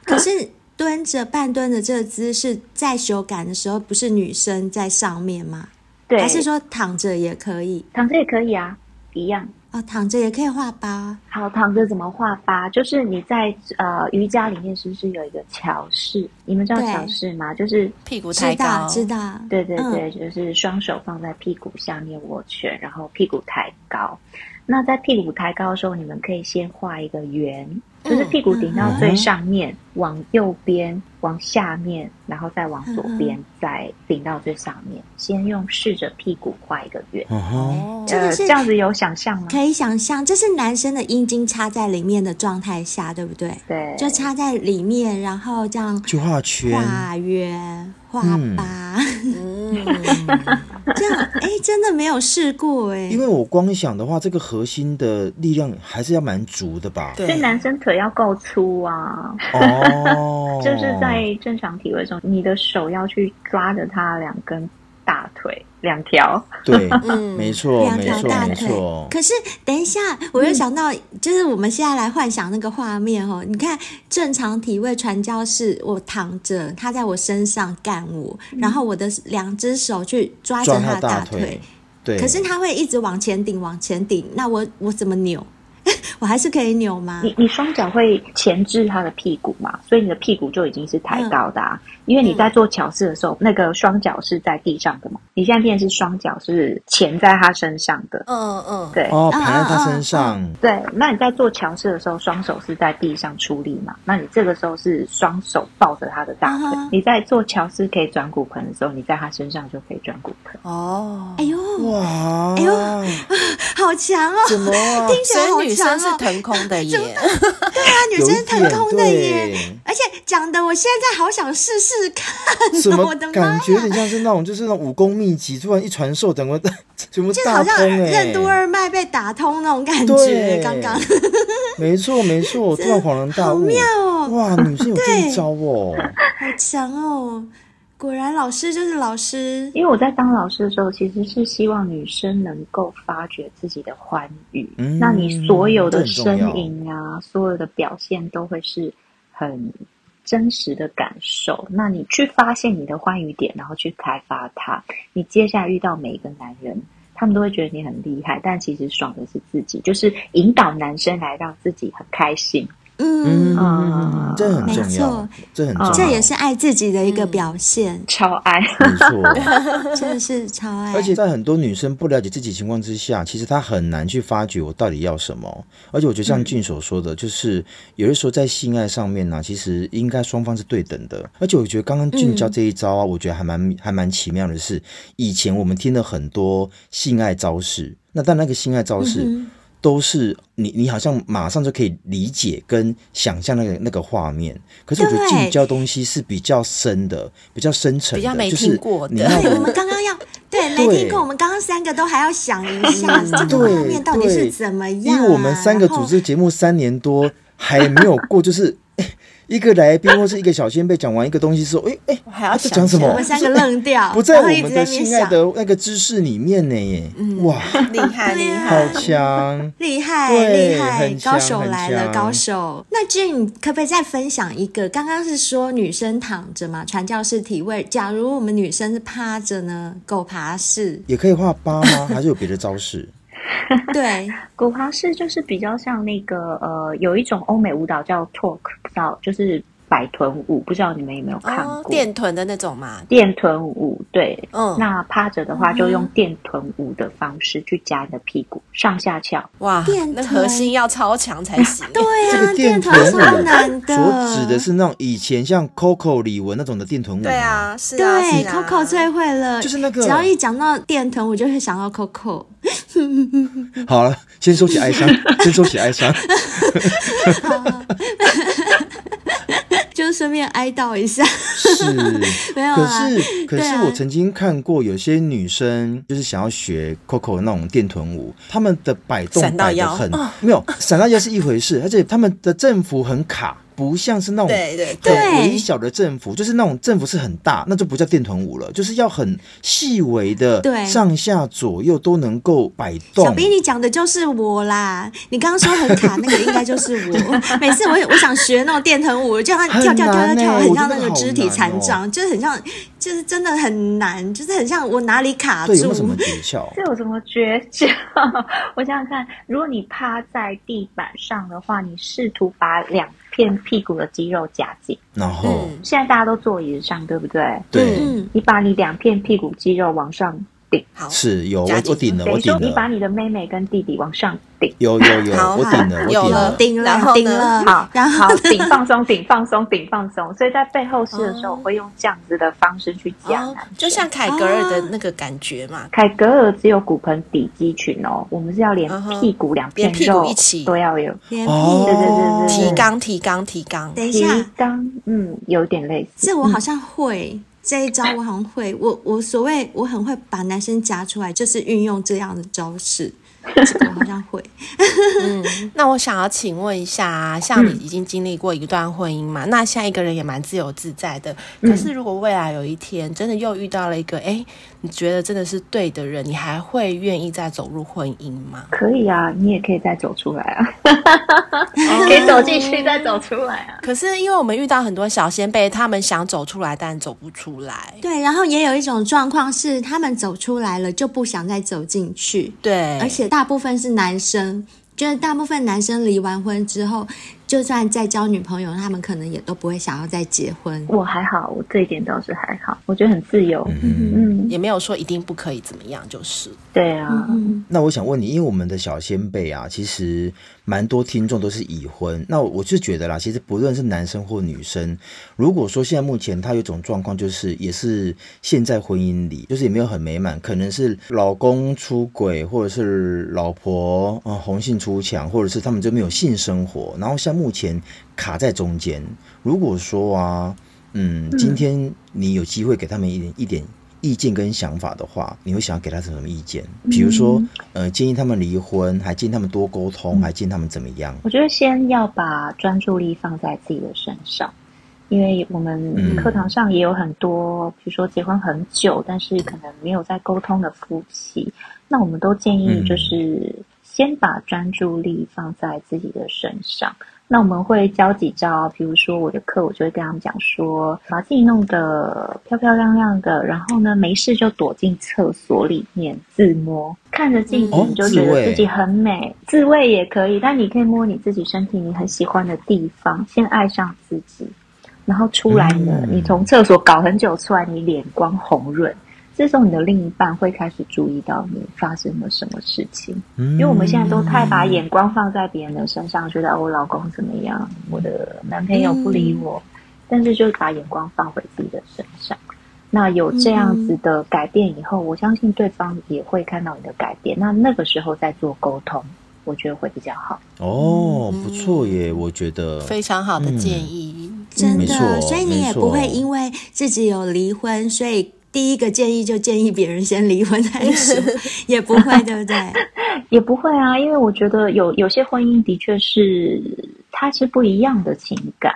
[SPEAKER 3] 可是蹲着半蹲的这个姿势，在修改的时候，不是女生在上面吗？
[SPEAKER 5] 对，
[SPEAKER 3] 还是说躺着也可以？
[SPEAKER 5] 躺着也可以啊，一样。
[SPEAKER 3] 哦，躺着也可以画疤。
[SPEAKER 5] 好，躺着怎么画八？就是你在呃瑜伽里面是不是有一个桥式？你们知道
[SPEAKER 3] 对
[SPEAKER 5] 桥式吗？就是
[SPEAKER 2] 屁股
[SPEAKER 3] 知
[SPEAKER 2] 抬
[SPEAKER 3] 道，
[SPEAKER 2] 高，
[SPEAKER 3] 知道。
[SPEAKER 5] 对对
[SPEAKER 3] 嗯
[SPEAKER 5] 对，就是双手放在屁股下面握拳，然后屁股抬高。那在屁股抬高的时候，你们可以先画一个圆，就是
[SPEAKER 3] 嗯
[SPEAKER 5] 屁股顶到最上面，往右边，往下面，然后再往左
[SPEAKER 3] 嗯
[SPEAKER 5] 边，再顶到最上面。先用试着屁股画一个圆，
[SPEAKER 4] 嗯哼，
[SPEAKER 2] 哦，
[SPEAKER 3] 这个
[SPEAKER 5] 呃，
[SPEAKER 3] 是
[SPEAKER 5] 这样子有想象吗？
[SPEAKER 3] 可以想象，这是男生的阴茎插在里面的状态下，对不对？
[SPEAKER 5] 对，
[SPEAKER 3] 就插在里面，然后这样
[SPEAKER 4] 就画圈，嗯
[SPEAKER 3] 画圆、画疤，
[SPEAKER 2] 嗯，
[SPEAKER 3] 这样 (laughs) 哎、真的没有试过哎、
[SPEAKER 4] 因为我光想的话，这个核心的力量还是要蛮足的吧？
[SPEAKER 5] 所以
[SPEAKER 2] 对，
[SPEAKER 5] 男生腿要够粗啊，，
[SPEAKER 4] 哦
[SPEAKER 3] (laughs)
[SPEAKER 5] 就是在正常体位中，你的手要去抓着他两根大腿，两条。
[SPEAKER 4] 对，
[SPEAKER 2] 嗯
[SPEAKER 4] (laughs) 没错，
[SPEAKER 3] 两
[SPEAKER 4] 没
[SPEAKER 3] 条
[SPEAKER 4] 错，
[SPEAKER 3] 大
[SPEAKER 4] 没
[SPEAKER 3] 腿
[SPEAKER 4] 错。，
[SPEAKER 3] 可是等一下，我又想到，就是我们现在来幻想那个画面哦。你看，正常体位传教士，我躺着，他在我身上干我，然后我的两只手去抓
[SPEAKER 4] 嗯
[SPEAKER 3] 着
[SPEAKER 4] 抓
[SPEAKER 3] 他
[SPEAKER 4] 他
[SPEAKER 3] 的
[SPEAKER 4] 大
[SPEAKER 3] 大
[SPEAKER 4] 腿，对，
[SPEAKER 3] 可是他会一直往前顶，往前顶，那我我怎么扭？ (laughs) 我还是可以扭吗？
[SPEAKER 4] 嗯
[SPEAKER 5] 你你双脚会前置他的屁股嘛，所以你的屁股就已经是抬高的啊。因为你在做桥式的时候，那个双脚是在地上的嘛，你现在练是双脚是前在他身上的。
[SPEAKER 2] 嗯嗯，
[SPEAKER 5] 对、
[SPEAKER 4] 哦，
[SPEAKER 3] 啊
[SPEAKER 4] 盘在
[SPEAKER 3] 啊
[SPEAKER 4] 他
[SPEAKER 3] 啊
[SPEAKER 4] 身上，
[SPEAKER 5] 对，那你在做桥式的时候，双手是在地上出力嘛？那你这个时候是双手抱着他的大腿。
[SPEAKER 3] 啊哈
[SPEAKER 5] 你在做桥式可以转骨盆的时候，你在他身上就可以转骨盆。
[SPEAKER 2] 哦
[SPEAKER 3] 哎，呦，
[SPEAKER 4] 哇，
[SPEAKER 3] 哎呦好强哦！
[SPEAKER 4] 怎么啊？
[SPEAKER 3] (laughs) 听起来
[SPEAKER 2] 所
[SPEAKER 3] 好
[SPEAKER 2] 以女
[SPEAKER 3] 强
[SPEAKER 2] 生是
[SPEAKER 3] 哦！
[SPEAKER 2] 腾空
[SPEAKER 3] (laughs)
[SPEAKER 2] 的耶， (laughs)
[SPEAKER 3] 对啊，女
[SPEAKER 4] 有一
[SPEAKER 3] 生腾
[SPEAKER 4] 点
[SPEAKER 3] 空的耶，
[SPEAKER 4] 对
[SPEAKER 3] 而且讲的我现在好想试试看
[SPEAKER 4] 什
[SPEAKER 3] 哦，
[SPEAKER 4] 么
[SPEAKER 3] 我的妈
[SPEAKER 4] 感
[SPEAKER 3] 呀！
[SPEAKER 4] 觉有点像是那种，就是那种武功秘籍，突然一传授，整个 (laughs) 全部
[SPEAKER 3] 就是
[SPEAKER 4] 大
[SPEAKER 3] 好像
[SPEAKER 4] 通哎
[SPEAKER 3] 任，督二脉被打通那种感觉
[SPEAKER 4] 对，，
[SPEAKER 3] 刚刚
[SPEAKER 4] 没错没
[SPEAKER 3] (laughs)
[SPEAKER 4] 错，突然恍然大
[SPEAKER 3] 好
[SPEAKER 4] 悟，
[SPEAKER 3] 妙哦，
[SPEAKER 4] 哇，女生有这
[SPEAKER 3] 对
[SPEAKER 4] 一招哦，
[SPEAKER 3] 好强哦！果然老师就是老师，
[SPEAKER 5] 因为我在当老师的时候，其实是希望女生能够发掘自己的欢愉。
[SPEAKER 4] 嗯
[SPEAKER 5] 那你所有的
[SPEAKER 4] 这很重要
[SPEAKER 5] 呻吟啊，所有的表现都会是很真实的感受。那你去发现你的欢愉点，然后去开发它。你接下来遇到每一个男人，他们都会觉得你很厉害，但其实爽的是自己，就是引导男生来让自己很开心。
[SPEAKER 3] 嗯，
[SPEAKER 5] 嗯
[SPEAKER 4] 这很
[SPEAKER 3] 没
[SPEAKER 4] 重要
[SPEAKER 3] 错，
[SPEAKER 4] 这很重要，
[SPEAKER 3] 这也是爱自己的一个
[SPEAKER 4] 嗯
[SPEAKER 3] 表现，
[SPEAKER 5] 超爱，
[SPEAKER 4] 没
[SPEAKER 3] (laughs)
[SPEAKER 4] 错。
[SPEAKER 3] 真的是超
[SPEAKER 2] 哎
[SPEAKER 3] 爱。
[SPEAKER 4] 而且在很多女生不了解自己情况之下，其实她很难去发掘我到底要什么。而且我觉得
[SPEAKER 2] 嗯
[SPEAKER 4] 像俊所说的，就是有的时候在性爱上面呢、啊其实应该双方是对等的。而且我觉得刚刚俊
[SPEAKER 2] 嗯
[SPEAKER 4] 教这一招啊，我觉得还蛮还蛮奇妙的是，以前我们听了很多性爱招式，那但那个性爱
[SPEAKER 3] 嗯
[SPEAKER 4] 招式。
[SPEAKER 2] 嗯
[SPEAKER 4] 都是你，你好像马上就可以理解跟想象那个那个画面。可是我觉得
[SPEAKER 3] 对
[SPEAKER 4] 俊教东西是比较深的，比较深沉的，
[SPEAKER 2] 比较没
[SPEAKER 4] 就是
[SPEAKER 2] 听过的
[SPEAKER 4] 你要
[SPEAKER 3] 对，我们刚
[SPEAKER 4] (laughs)
[SPEAKER 3] 刚要对没
[SPEAKER 4] 对嗯
[SPEAKER 3] 听过，我们刚刚三个都还要想一下这个画面到底是怎么样、
[SPEAKER 4] 因
[SPEAKER 3] 啊，
[SPEAKER 4] 为我们三个
[SPEAKER 3] 然后
[SPEAKER 4] 主持节目三年多还没有过，就是。哎 (laughs) 一个来宾或是一个小先辈讲完一个东西之后，哎、哎，
[SPEAKER 2] 我还要
[SPEAKER 4] 他在讲什
[SPEAKER 3] 我
[SPEAKER 4] 么
[SPEAKER 3] 们？三个愣掉，
[SPEAKER 4] 不在
[SPEAKER 3] 然
[SPEAKER 4] 我
[SPEAKER 3] 后一直
[SPEAKER 4] 们的
[SPEAKER 3] 在那边
[SPEAKER 4] 性爱
[SPEAKER 3] 想嗯
[SPEAKER 4] 的那个知识里面呢耶！
[SPEAKER 3] (laughs)
[SPEAKER 4] 哇，
[SPEAKER 2] 厉害厉害
[SPEAKER 4] 好！强！
[SPEAKER 3] 厉害
[SPEAKER 4] 对
[SPEAKER 3] 厉害，
[SPEAKER 4] 很强
[SPEAKER 3] 高手来
[SPEAKER 4] 很
[SPEAKER 3] 了，
[SPEAKER 4] 强
[SPEAKER 3] 高手。那 Jane 可不可以再分享一个？刚刚是说女生躺着嘛，传教士体位。假如我们女生是趴着呢，狗爬式，
[SPEAKER 4] 也可以画八吗？还是有别的招式？ (laughs)
[SPEAKER 3] 对，
[SPEAKER 5] 狗爬式就是比较像那个呃，有一种欧美舞蹈叫 torque，不知道就是摆臀舞，不知道你们有没有看过？
[SPEAKER 2] (laughs) 哦，电臀的那种嘛，
[SPEAKER 5] 电臀舞，对，
[SPEAKER 2] 嗯
[SPEAKER 5] 那趴着的话就用电臀舞的方式去夹你的屁股上下翘，
[SPEAKER 2] 哇
[SPEAKER 3] 电，
[SPEAKER 2] 那
[SPEAKER 3] 臀
[SPEAKER 2] 核心要超强才
[SPEAKER 3] (laughs)
[SPEAKER 2] 行。
[SPEAKER 3] 对
[SPEAKER 4] 这
[SPEAKER 3] 啊，
[SPEAKER 4] 个电
[SPEAKER 3] 电臀
[SPEAKER 4] 臀舞
[SPEAKER 3] 超难的。
[SPEAKER 4] 所指的是那种以前像 Coco 李玟那种的电臀舞。
[SPEAKER 2] 对，啊，是
[SPEAKER 3] 对
[SPEAKER 2] 啊，是啊
[SPEAKER 3] Coco 最会了，
[SPEAKER 4] 就是那个
[SPEAKER 3] 只要一讲到电臀，我就会想到 Coco。
[SPEAKER 4] 好了，先收起哀
[SPEAKER 3] (laughs)
[SPEAKER 4] 伤，先收起哀伤。
[SPEAKER 3] 就顺便哀悼一下，
[SPEAKER 4] 是，
[SPEAKER 2] 啊
[SPEAKER 3] 没有
[SPEAKER 4] 可
[SPEAKER 3] 啦。
[SPEAKER 4] 是可
[SPEAKER 3] 对
[SPEAKER 4] 是
[SPEAKER 3] 啊
[SPEAKER 4] 我曾经看过有些女生就是想要学 Coco 的那种电臀舞，她们的摆动
[SPEAKER 2] 闪到
[SPEAKER 4] 摆的
[SPEAKER 2] 腰哦
[SPEAKER 4] 很没有闪到腰是一回事，而且她们的振幅很卡，不像是那种
[SPEAKER 2] 对对
[SPEAKER 4] 很
[SPEAKER 2] 对，
[SPEAKER 3] 对
[SPEAKER 4] 微小的振幅，就是那种振幅是很大，那就不叫电臀舞了，就是要很细微的，
[SPEAKER 3] 对
[SPEAKER 4] 上下左右都能够摆动。
[SPEAKER 3] 小兵，你讲的就是我啦！你刚刚说很卡，那个应该就是我。每次我我想学那种电藤舞，就让它跳跳跳跳
[SPEAKER 4] 很难
[SPEAKER 3] 跳，
[SPEAKER 4] 欸
[SPEAKER 3] 很像
[SPEAKER 4] 我觉
[SPEAKER 3] 那
[SPEAKER 4] 得
[SPEAKER 3] 个
[SPEAKER 4] 好
[SPEAKER 3] 肢体残障，
[SPEAKER 4] 难
[SPEAKER 3] 就是很像，就是真的很难，就是很像我哪里卡
[SPEAKER 4] 对，有没有什
[SPEAKER 3] 住
[SPEAKER 4] 么。诀窍？
[SPEAKER 2] 嗯
[SPEAKER 5] 这有什么诀窍？ (laughs) 我想想看，如果你趴在地板上的话，你试图把两片屁股的肌肉夹紧，
[SPEAKER 4] 然后，
[SPEAKER 2] 嗯
[SPEAKER 5] 现在大家都坐椅子上，对不对？
[SPEAKER 4] 对，
[SPEAKER 3] 嗯，
[SPEAKER 5] 你把你两片屁股肌肉往上顶，
[SPEAKER 2] 好，
[SPEAKER 4] 是有
[SPEAKER 2] 夹
[SPEAKER 4] 我
[SPEAKER 2] 紧
[SPEAKER 4] 我顶了，
[SPEAKER 5] 等
[SPEAKER 4] 我
[SPEAKER 5] 于
[SPEAKER 4] 顶
[SPEAKER 5] 说你把
[SPEAKER 4] 了，
[SPEAKER 5] 你的妹妹跟弟弟往上顶。
[SPEAKER 4] 有有有，
[SPEAKER 2] 好
[SPEAKER 4] 我
[SPEAKER 2] 好
[SPEAKER 4] 顶了，我
[SPEAKER 2] 有
[SPEAKER 4] 顶
[SPEAKER 2] 了
[SPEAKER 4] 了。
[SPEAKER 3] 顶
[SPEAKER 2] 然
[SPEAKER 3] 了
[SPEAKER 2] 后呢
[SPEAKER 3] 顶了
[SPEAKER 5] 好，，
[SPEAKER 3] 然后
[SPEAKER 5] 好顶放松，顶放松，顶放松。所以在背后式的时候，我会用这样子的方式去夹
[SPEAKER 2] 哦
[SPEAKER 5] 男生。
[SPEAKER 2] 就像凯格尔的那个感觉嘛，
[SPEAKER 5] 凯格尔只有骨盆底肌群哦，我们是要连
[SPEAKER 2] 嗯哼
[SPEAKER 5] 屁股两片
[SPEAKER 2] 连屁股
[SPEAKER 5] 肉
[SPEAKER 2] 一起
[SPEAKER 5] 都要有。
[SPEAKER 3] 连屁。
[SPEAKER 5] 对对
[SPEAKER 4] 哦
[SPEAKER 5] 对对对，
[SPEAKER 2] 提肛提肛提肛，
[SPEAKER 3] 等一
[SPEAKER 5] 提
[SPEAKER 3] 下，
[SPEAKER 5] 肛，嗯，有点类似。
[SPEAKER 3] 这我好像会。这一招我好像会，我我所谓我很会把男生夹出来，就是运用这样的招式，这个我好像会。嗯
[SPEAKER 2] (laughs) 那我想要请问一下、啊，像你已经经历过一段婚姻嘛，那现在一个人也蛮自由自在的。
[SPEAKER 3] 嗯
[SPEAKER 2] 可是如果未来有一天真的又遇到了一个，哎、你觉得真的是对的人，你还会愿意再走入婚姻吗？
[SPEAKER 5] 可以啊，你也可以再走出来啊， (laughs) 可以走进去再走出来啊。
[SPEAKER 2] 可是因为我们遇到很多小先辈，他们想走出来，但走不出来。
[SPEAKER 3] 对，然后也有一种状况是，他们走出来了就不想再走进去，
[SPEAKER 2] 对，
[SPEAKER 3] 而且大部分是男生，就是大部分男生离完婚之后，就算再交女朋友，他们可能也都不会想要再结婚。
[SPEAKER 5] 我还好，我这一点倒是还好，我觉得很自由。
[SPEAKER 4] 嗯，
[SPEAKER 5] 嗯，
[SPEAKER 2] 也没有说一定不可以怎么样，就是
[SPEAKER 5] 对啊，
[SPEAKER 3] 嗯，
[SPEAKER 4] 那我想问你，因为我们的小先辈啊，其实蛮多听众都是已婚。那我是觉得啦，其实不论是男生或女生，如果说现在目前他有一种状况，就是也是现在婚姻里，就是也没有很美满，可能是老公出轨，或者是老婆啊、呃红杏出墙，或者是他们就没有性生活，然后像目前卡在中间。如果说啊，嗯，今天你有机会给他们一点一点意见跟想法的话，你会想要给他什么意见？比如说，
[SPEAKER 5] 嗯
[SPEAKER 4] 呃，建议他们离婚，还建议他们多沟通，还建议他们怎么样？
[SPEAKER 5] 我觉得先要把专注力放在自己的身上，因为我们
[SPEAKER 4] 嗯
[SPEAKER 5] 课堂上也有很多，比如说结婚很久，但是可能没有在沟通的夫妻，那我们都建议
[SPEAKER 4] 嗯
[SPEAKER 5] 就是先把专注力放在自己的身上。那我们会教几招，比如说我的课，我就会跟他们讲说，把自己弄得漂漂亮亮的，然后呢，没事就躲进厕所里面自摸，看着镜子
[SPEAKER 4] 哦
[SPEAKER 5] 你就觉
[SPEAKER 4] 自
[SPEAKER 5] 得
[SPEAKER 4] 慰
[SPEAKER 5] 自己很美，自慰也可以，但你可以摸你自己身体你很喜欢的地方，先爱上自己，然后出来呢，
[SPEAKER 4] 嗯
[SPEAKER 5] 你从厕所搞很久出来，你脸光红润。这时候你的另一半会开始注意到你发生了什么事情，
[SPEAKER 4] 嗯，
[SPEAKER 5] 因为我们现在都太把眼光放在别人的身上，觉得、哦、我老公怎么样，我的男朋友不理我，但是就是把眼光放回自己的身上。那有这样子的改变以后，我相信对方也会看到你的改变。那那个时候再做沟通，我觉得会比较好。
[SPEAKER 4] 哦，不错耶，我觉得
[SPEAKER 2] 非常好的
[SPEAKER 3] 嗯
[SPEAKER 2] 建议。
[SPEAKER 3] 真
[SPEAKER 4] 嗯没
[SPEAKER 3] 的，
[SPEAKER 4] 错
[SPEAKER 3] 所以你也
[SPEAKER 4] 没错
[SPEAKER 3] 不会因为自己有离婚，所以第一个建议就建议别人先离婚再
[SPEAKER 4] (laughs)
[SPEAKER 3] 说，也不会，对不对？
[SPEAKER 5] 也不会啊，因为我觉得有有些婚姻的确是它是不一样的情感，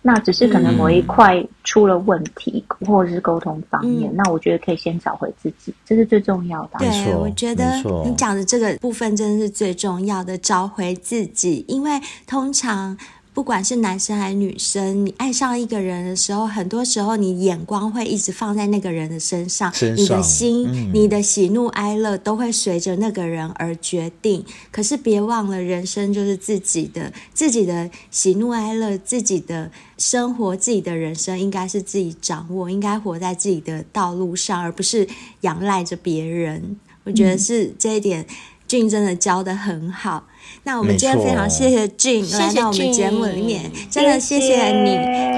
[SPEAKER 5] 那只是可能某一块出了问题，或者是沟通方面，
[SPEAKER 3] 嗯
[SPEAKER 5] 那我觉得可以先找回自己，这是最重要的啊、
[SPEAKER 4] 没
[SPEAKER 3] 对，
[SPEAKER 4] 错
[SPEAKER 3] 我觉得
[SPEAKER 4] 没错
[SPEAKER 3] 你讲的这个部分真的是最重要的，找回自己，因为通常。不管是男生还是女生，你爱上一个人的时候，很多时候你眼光会一直放在那个人的身上，
[SPEAKER 4] 身
[SPEAKER 3] 你的
[SPEAKER 4] 上
[SPEAKER 3] 心、
[SPEAKER 4] 嗯
[SPEAKER 3] 你的喜怒哀乐都会随着那个人而决定。可是别忘了，人生就是自己的，自己的喜怒哀乐，自己的生活，自己的人生应该是自己掌握，应该活在自己的道路上，而不是仰赖着别人。我觉得是这一点，俊真的教的很好。那我们
[SPEAKER 4] 没
[SPEAKER 3] 今天非
[SPEAKER 4] 错
[SPEAKER 3] 常谢谢俊
[SPEAKER 2] 谢
[SPEAKER 3] 来
[SPEAKER 2] 谢
[SPEAKER 3] 到我们节目里
[SPEAKER 2] 俊
[SPEAKER 3] 面，真的谢谢你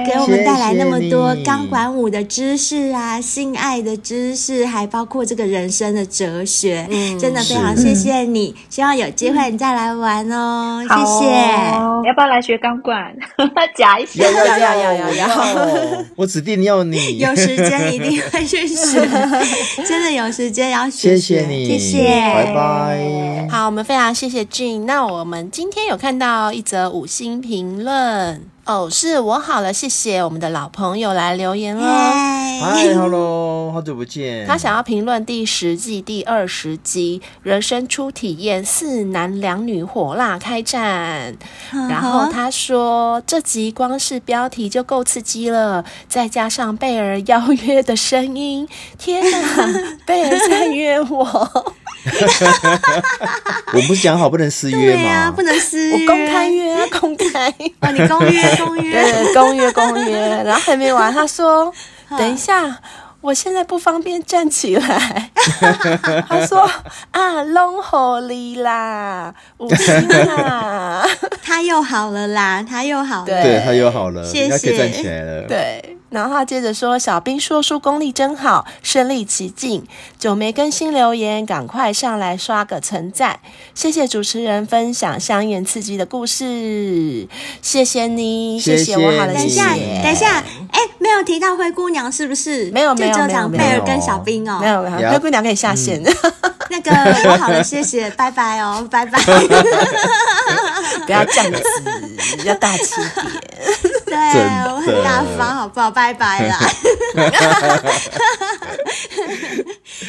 [SPEAKER 3] 给我
[SPEAKER 4] 谢
[SPEAKER 3] 们带来那
[SPEAKER 4] 谢
[SPEAKER 3] 么多
[SPEAKER 4] 你
[SPEAKER 3] 钢管舞的知识啊，性爱的知识，还包括这个人生的哲学，真的非常
[SPEAKER 4] 是
[SPEAKER 3] 谢谢你。希望有机会你再来玩哦，谢谢。
[SPEAKER 5] 嗯好哦要不要来学钢管？夹一下。
[SPEAKER 2] 要要要要要
[SPEAKER 4] 要， (laughs) 我指定要
[SPEAKER 3] (laughs)
[SPEAKER 4] 你。
[SPEAKER 3] 有时间一定会去学，真的有时间要
[SPEAKER 4] 谢
[SPEAKER 3] 学学。
[SPEAKER 4] 谢你，
[SPEAKER 3] 谢谢，
[SPEAKER 4] 拜拜。
[SPEAKER 2] 好，我们非常谢谢 June。那我们今天有看到一则五星评论哦，是我好了，谢谢我们的老朋友来留言了。
[SPEAKER 4] 嗨，Hello，好久不见。
[SPEAKER 2] 他想要评论第十季第二十集《人生初体验》，四男两女火辣开战。然后他说这集光是标题就够刺激了，再加上贝尔邀约的声音，天哪，贝尔在约我。
[SPEAKER 4] 我们不是讲好不能私约
[SPEAKER 3] 对
[SPEAKER 4] 吗？
[SPEAKER 3] 啊，不能私
[SPEAKER 2] 我
[SPEAKER 3] 约，
[SPEAKER 2] 公开约啊，公开，
[SPEAKER 3] 哦，你公约公约，
[SPEAKER 2] (laughs) 对，公约公约。然后还没完，他 (laughs) 说：“等一下，我现在不方便站起 (laughs) 来。”他说：“啊，弄好你啦，五星 (laughs) 啦。
[SPEAKER 3] 他又好了啦，他又好了。
[SPEAKER 2] 对
[SPEAKER 4] 对他又好了，
[SPEAKER 3] 谢谢
[SPEAKER 4] 人家可以站起来”了。，
[SPEAKER 2] 对。然后他接着说：“小兵说书功力真好，身临其境。久没更新留言，赶快上来刷个存在。谢谢主持人分享香艳刺激的故事，谢谢你，
[SPEAKER 4] 谢
[SPEAKER 2] 谢我好了，
[SPEAKER 4] 谢
[SPEAKER 3] 等
[SPEAKER 2] 谢
[SPEAKER 3] 一下，
[SPEAKER 2] 谢。
[SPEAKER 3] 等一下，哎，没有提到灰姑娘是不是？
[SPEAKER 2] 没有没有
[SPEAKER 3] 就只有
[SPEAKER 2] 没有
[SPEAKER 3] 讲
[SPEAKER 2] 没
[SPEAKER 3] 贝
[SPEAKER 2] 有
[SPEAKER 3] 尔跟小兵哦。
[SPEAKER 2] 没有，没有，
[SPEAKER 4] Yeah
[SPEAKER 2] 灰姑娘可以下线，
[SPEAKER 3] 那个我好了，谢谢，拜
[SPEAKER 2] (laughs)
[SPEAKER 3] 拜哦，拜拜。
[SPEAKER 2] 不要这样子，要大气一点。
[SPEAKER 3] 对，
[SPEAKER 4] 真
[SPEAKER 3] 我很哦大
[SPEAKER 4] 的
[SPEAKER 3] 方，好不好？拜
[SPEAKER 2] (laughs)
[SPEAKER 3] 拜啦。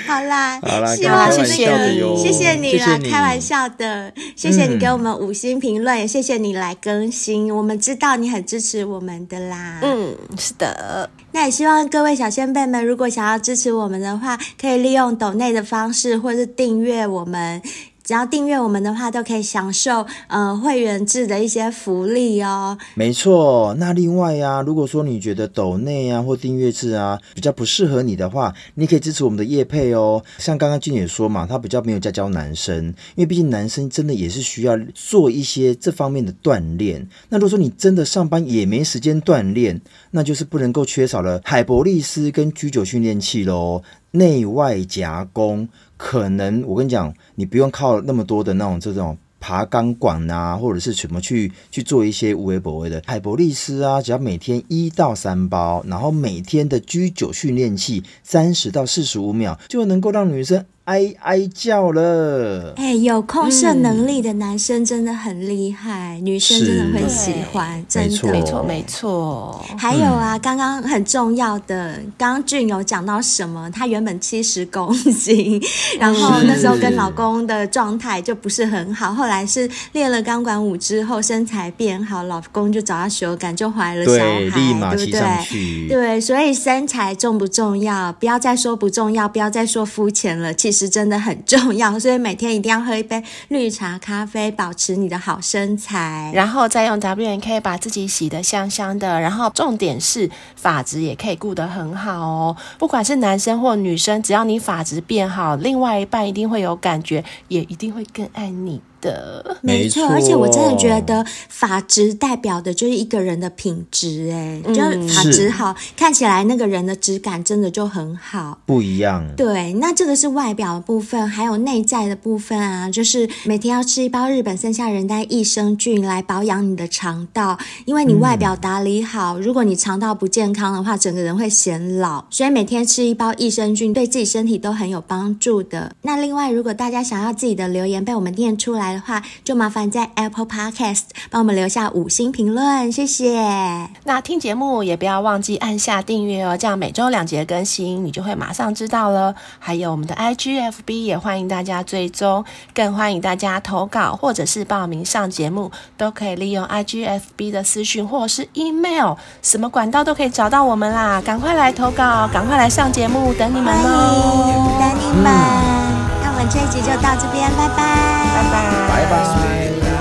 [SPEAKER 3] 好啦，
[SPEAKER 4] 好啦
[SPEAKER 3] 希望
[SPEAKER 2] 开
[SPEAKER 3] 那
[SPEAKER 2] 玩笑的
[SPEAKER 3] 个
[SPEAKER 2] 哟
[SPEAKER 3] 谢谢你
[SPEAKER 4] 谢谢
[SPEAKER 3] 啦，
[SPEAKER 4] 你
[SPEAKER 3] 开玩笑的，谢谢你
[SPEAKER 4] 嗯
[SPEAKER 3] 给我们五星评
[SPEAKER 2] 嗯
[SPEAKER 3] 论，也谢谢你来更新，我们知道你很支持我们的啦。
[SPEAKER 2] 嗯，是的，
[SPEAKER 3] 那也希望各位小先辈们，如果想要支持我们的话，可以利用抖内的方式，或是订阅我们。只要订阅我们的话，都可以享受呃会员制的一些福利哦。
[SPEAKER 4] 没错。那另外呀、如果说你觉得抖内啊或订阅制啊比较不适合你的话，你可以支持我们的业配哦。像刚刚俊也说嘛，他比较没有在教男生，因为毕竟男生真的也是需要做一些这方面的锻炼。那如果说你真的上班也没时间锻炼，那就是不能够缺少了海博利斯跟居酒训练器喽。内外夹攻，可能我跟你讲，你不用靠那么多的那种这种爬钢管啊，或者是什么去去做一些无为不为的海博利斯啊，只要每天一到三包，然后每天的 G 九训练器三十到四十五秒，就能够让女生哀哀叫了。
[SPEAKER 3] 哎，有控射能力的男生真的很厉害，女生真的会喜欢，
[SPEAKER 4] 是
[SPEAKER 3] 真
[SPEAKER 4] 没错
[SPEAKER 3] 的
[SPEAKER 2] 没。错没错，
[SPEAKER 3] 还有啊，刚刚很重要的，刚刚俊有讲到什么？她原本七十公斤，
[SPEAKER 4] (laughs)
[SPEAKER 3] 然后
[SPEAKER 4] 是
[SPEAKER 3] 那时候跟老公的状态就不是很好，后来是练了钢管舞之后身材变好，老公就找她修改，就怀了小
[SPEAKER 4] 对，立马
[SPEAKER 3] 孩，对
[SPEAKER 4] 骑
[SPEAKER 3] 不
[SPEAKER 4] 上
[SPEAKER 3] 对？
[SPEAKER 4] 去。
[SPEAKER 3] 对，所以身材重不重要？不要再说不重要，不要再说肤浅了，其实真的很重要。所以每天一定要喝一杯绿茶咖啡，保持你的好身材。
[SPEAKER 2] 然后再用 W N K 把自己洗得香香的，然后重点是发质也可以顾得很好哦。不管是男生或女生，只要你发质变好，另外一半一定会有感觉，也一定会更爱你的。
[SPEAKER 4] 没错
[SPEAKER 3] 而且我真的觉得发质代表的就是一个人的品质、哎、就是发质
[SPEAKER 4] 嗯是
[SPEAKER 3] 好，看起来那个人的质感真的就很好。
[SPEAKER 4] 不一样，
[SPEAKER 3] 对，那这个是外表的部分，还有内在的部分啊，就是每天要吃一包日本山下仁丹益生菌来保养你的肠道，因为你外表打理好，如果你肠道不健康的话，整个人会显老，所以每天吃一包益生菌对自己身体都很有帮助的。那另外，如果大家想要自己的留言被我们念出来来的话，就麻烦在 Apple Podcast 帮我们留下五星评论，谢谢。
[SPEAKER 2] 那听节目也不要忘记按下订阅哦，这样每周两节更新，你就会马上知道了。还有我们的 IGFB 也欢迎大家追踪，更欢迎大家投稿或者是报名上节目，都可以利用 IGFB 的私讯或是 email，什么管道都可以找到我们啦。赶快来投稿，赶快来上节目，等你们
[SPEAKER 3] 欢迎
[SPEAKER 2] 哦。
[SPEAKER 3] 等你们。那我们这一集就到这边，拜拜，拜拜。
[SPEAKER 4] 拜拜。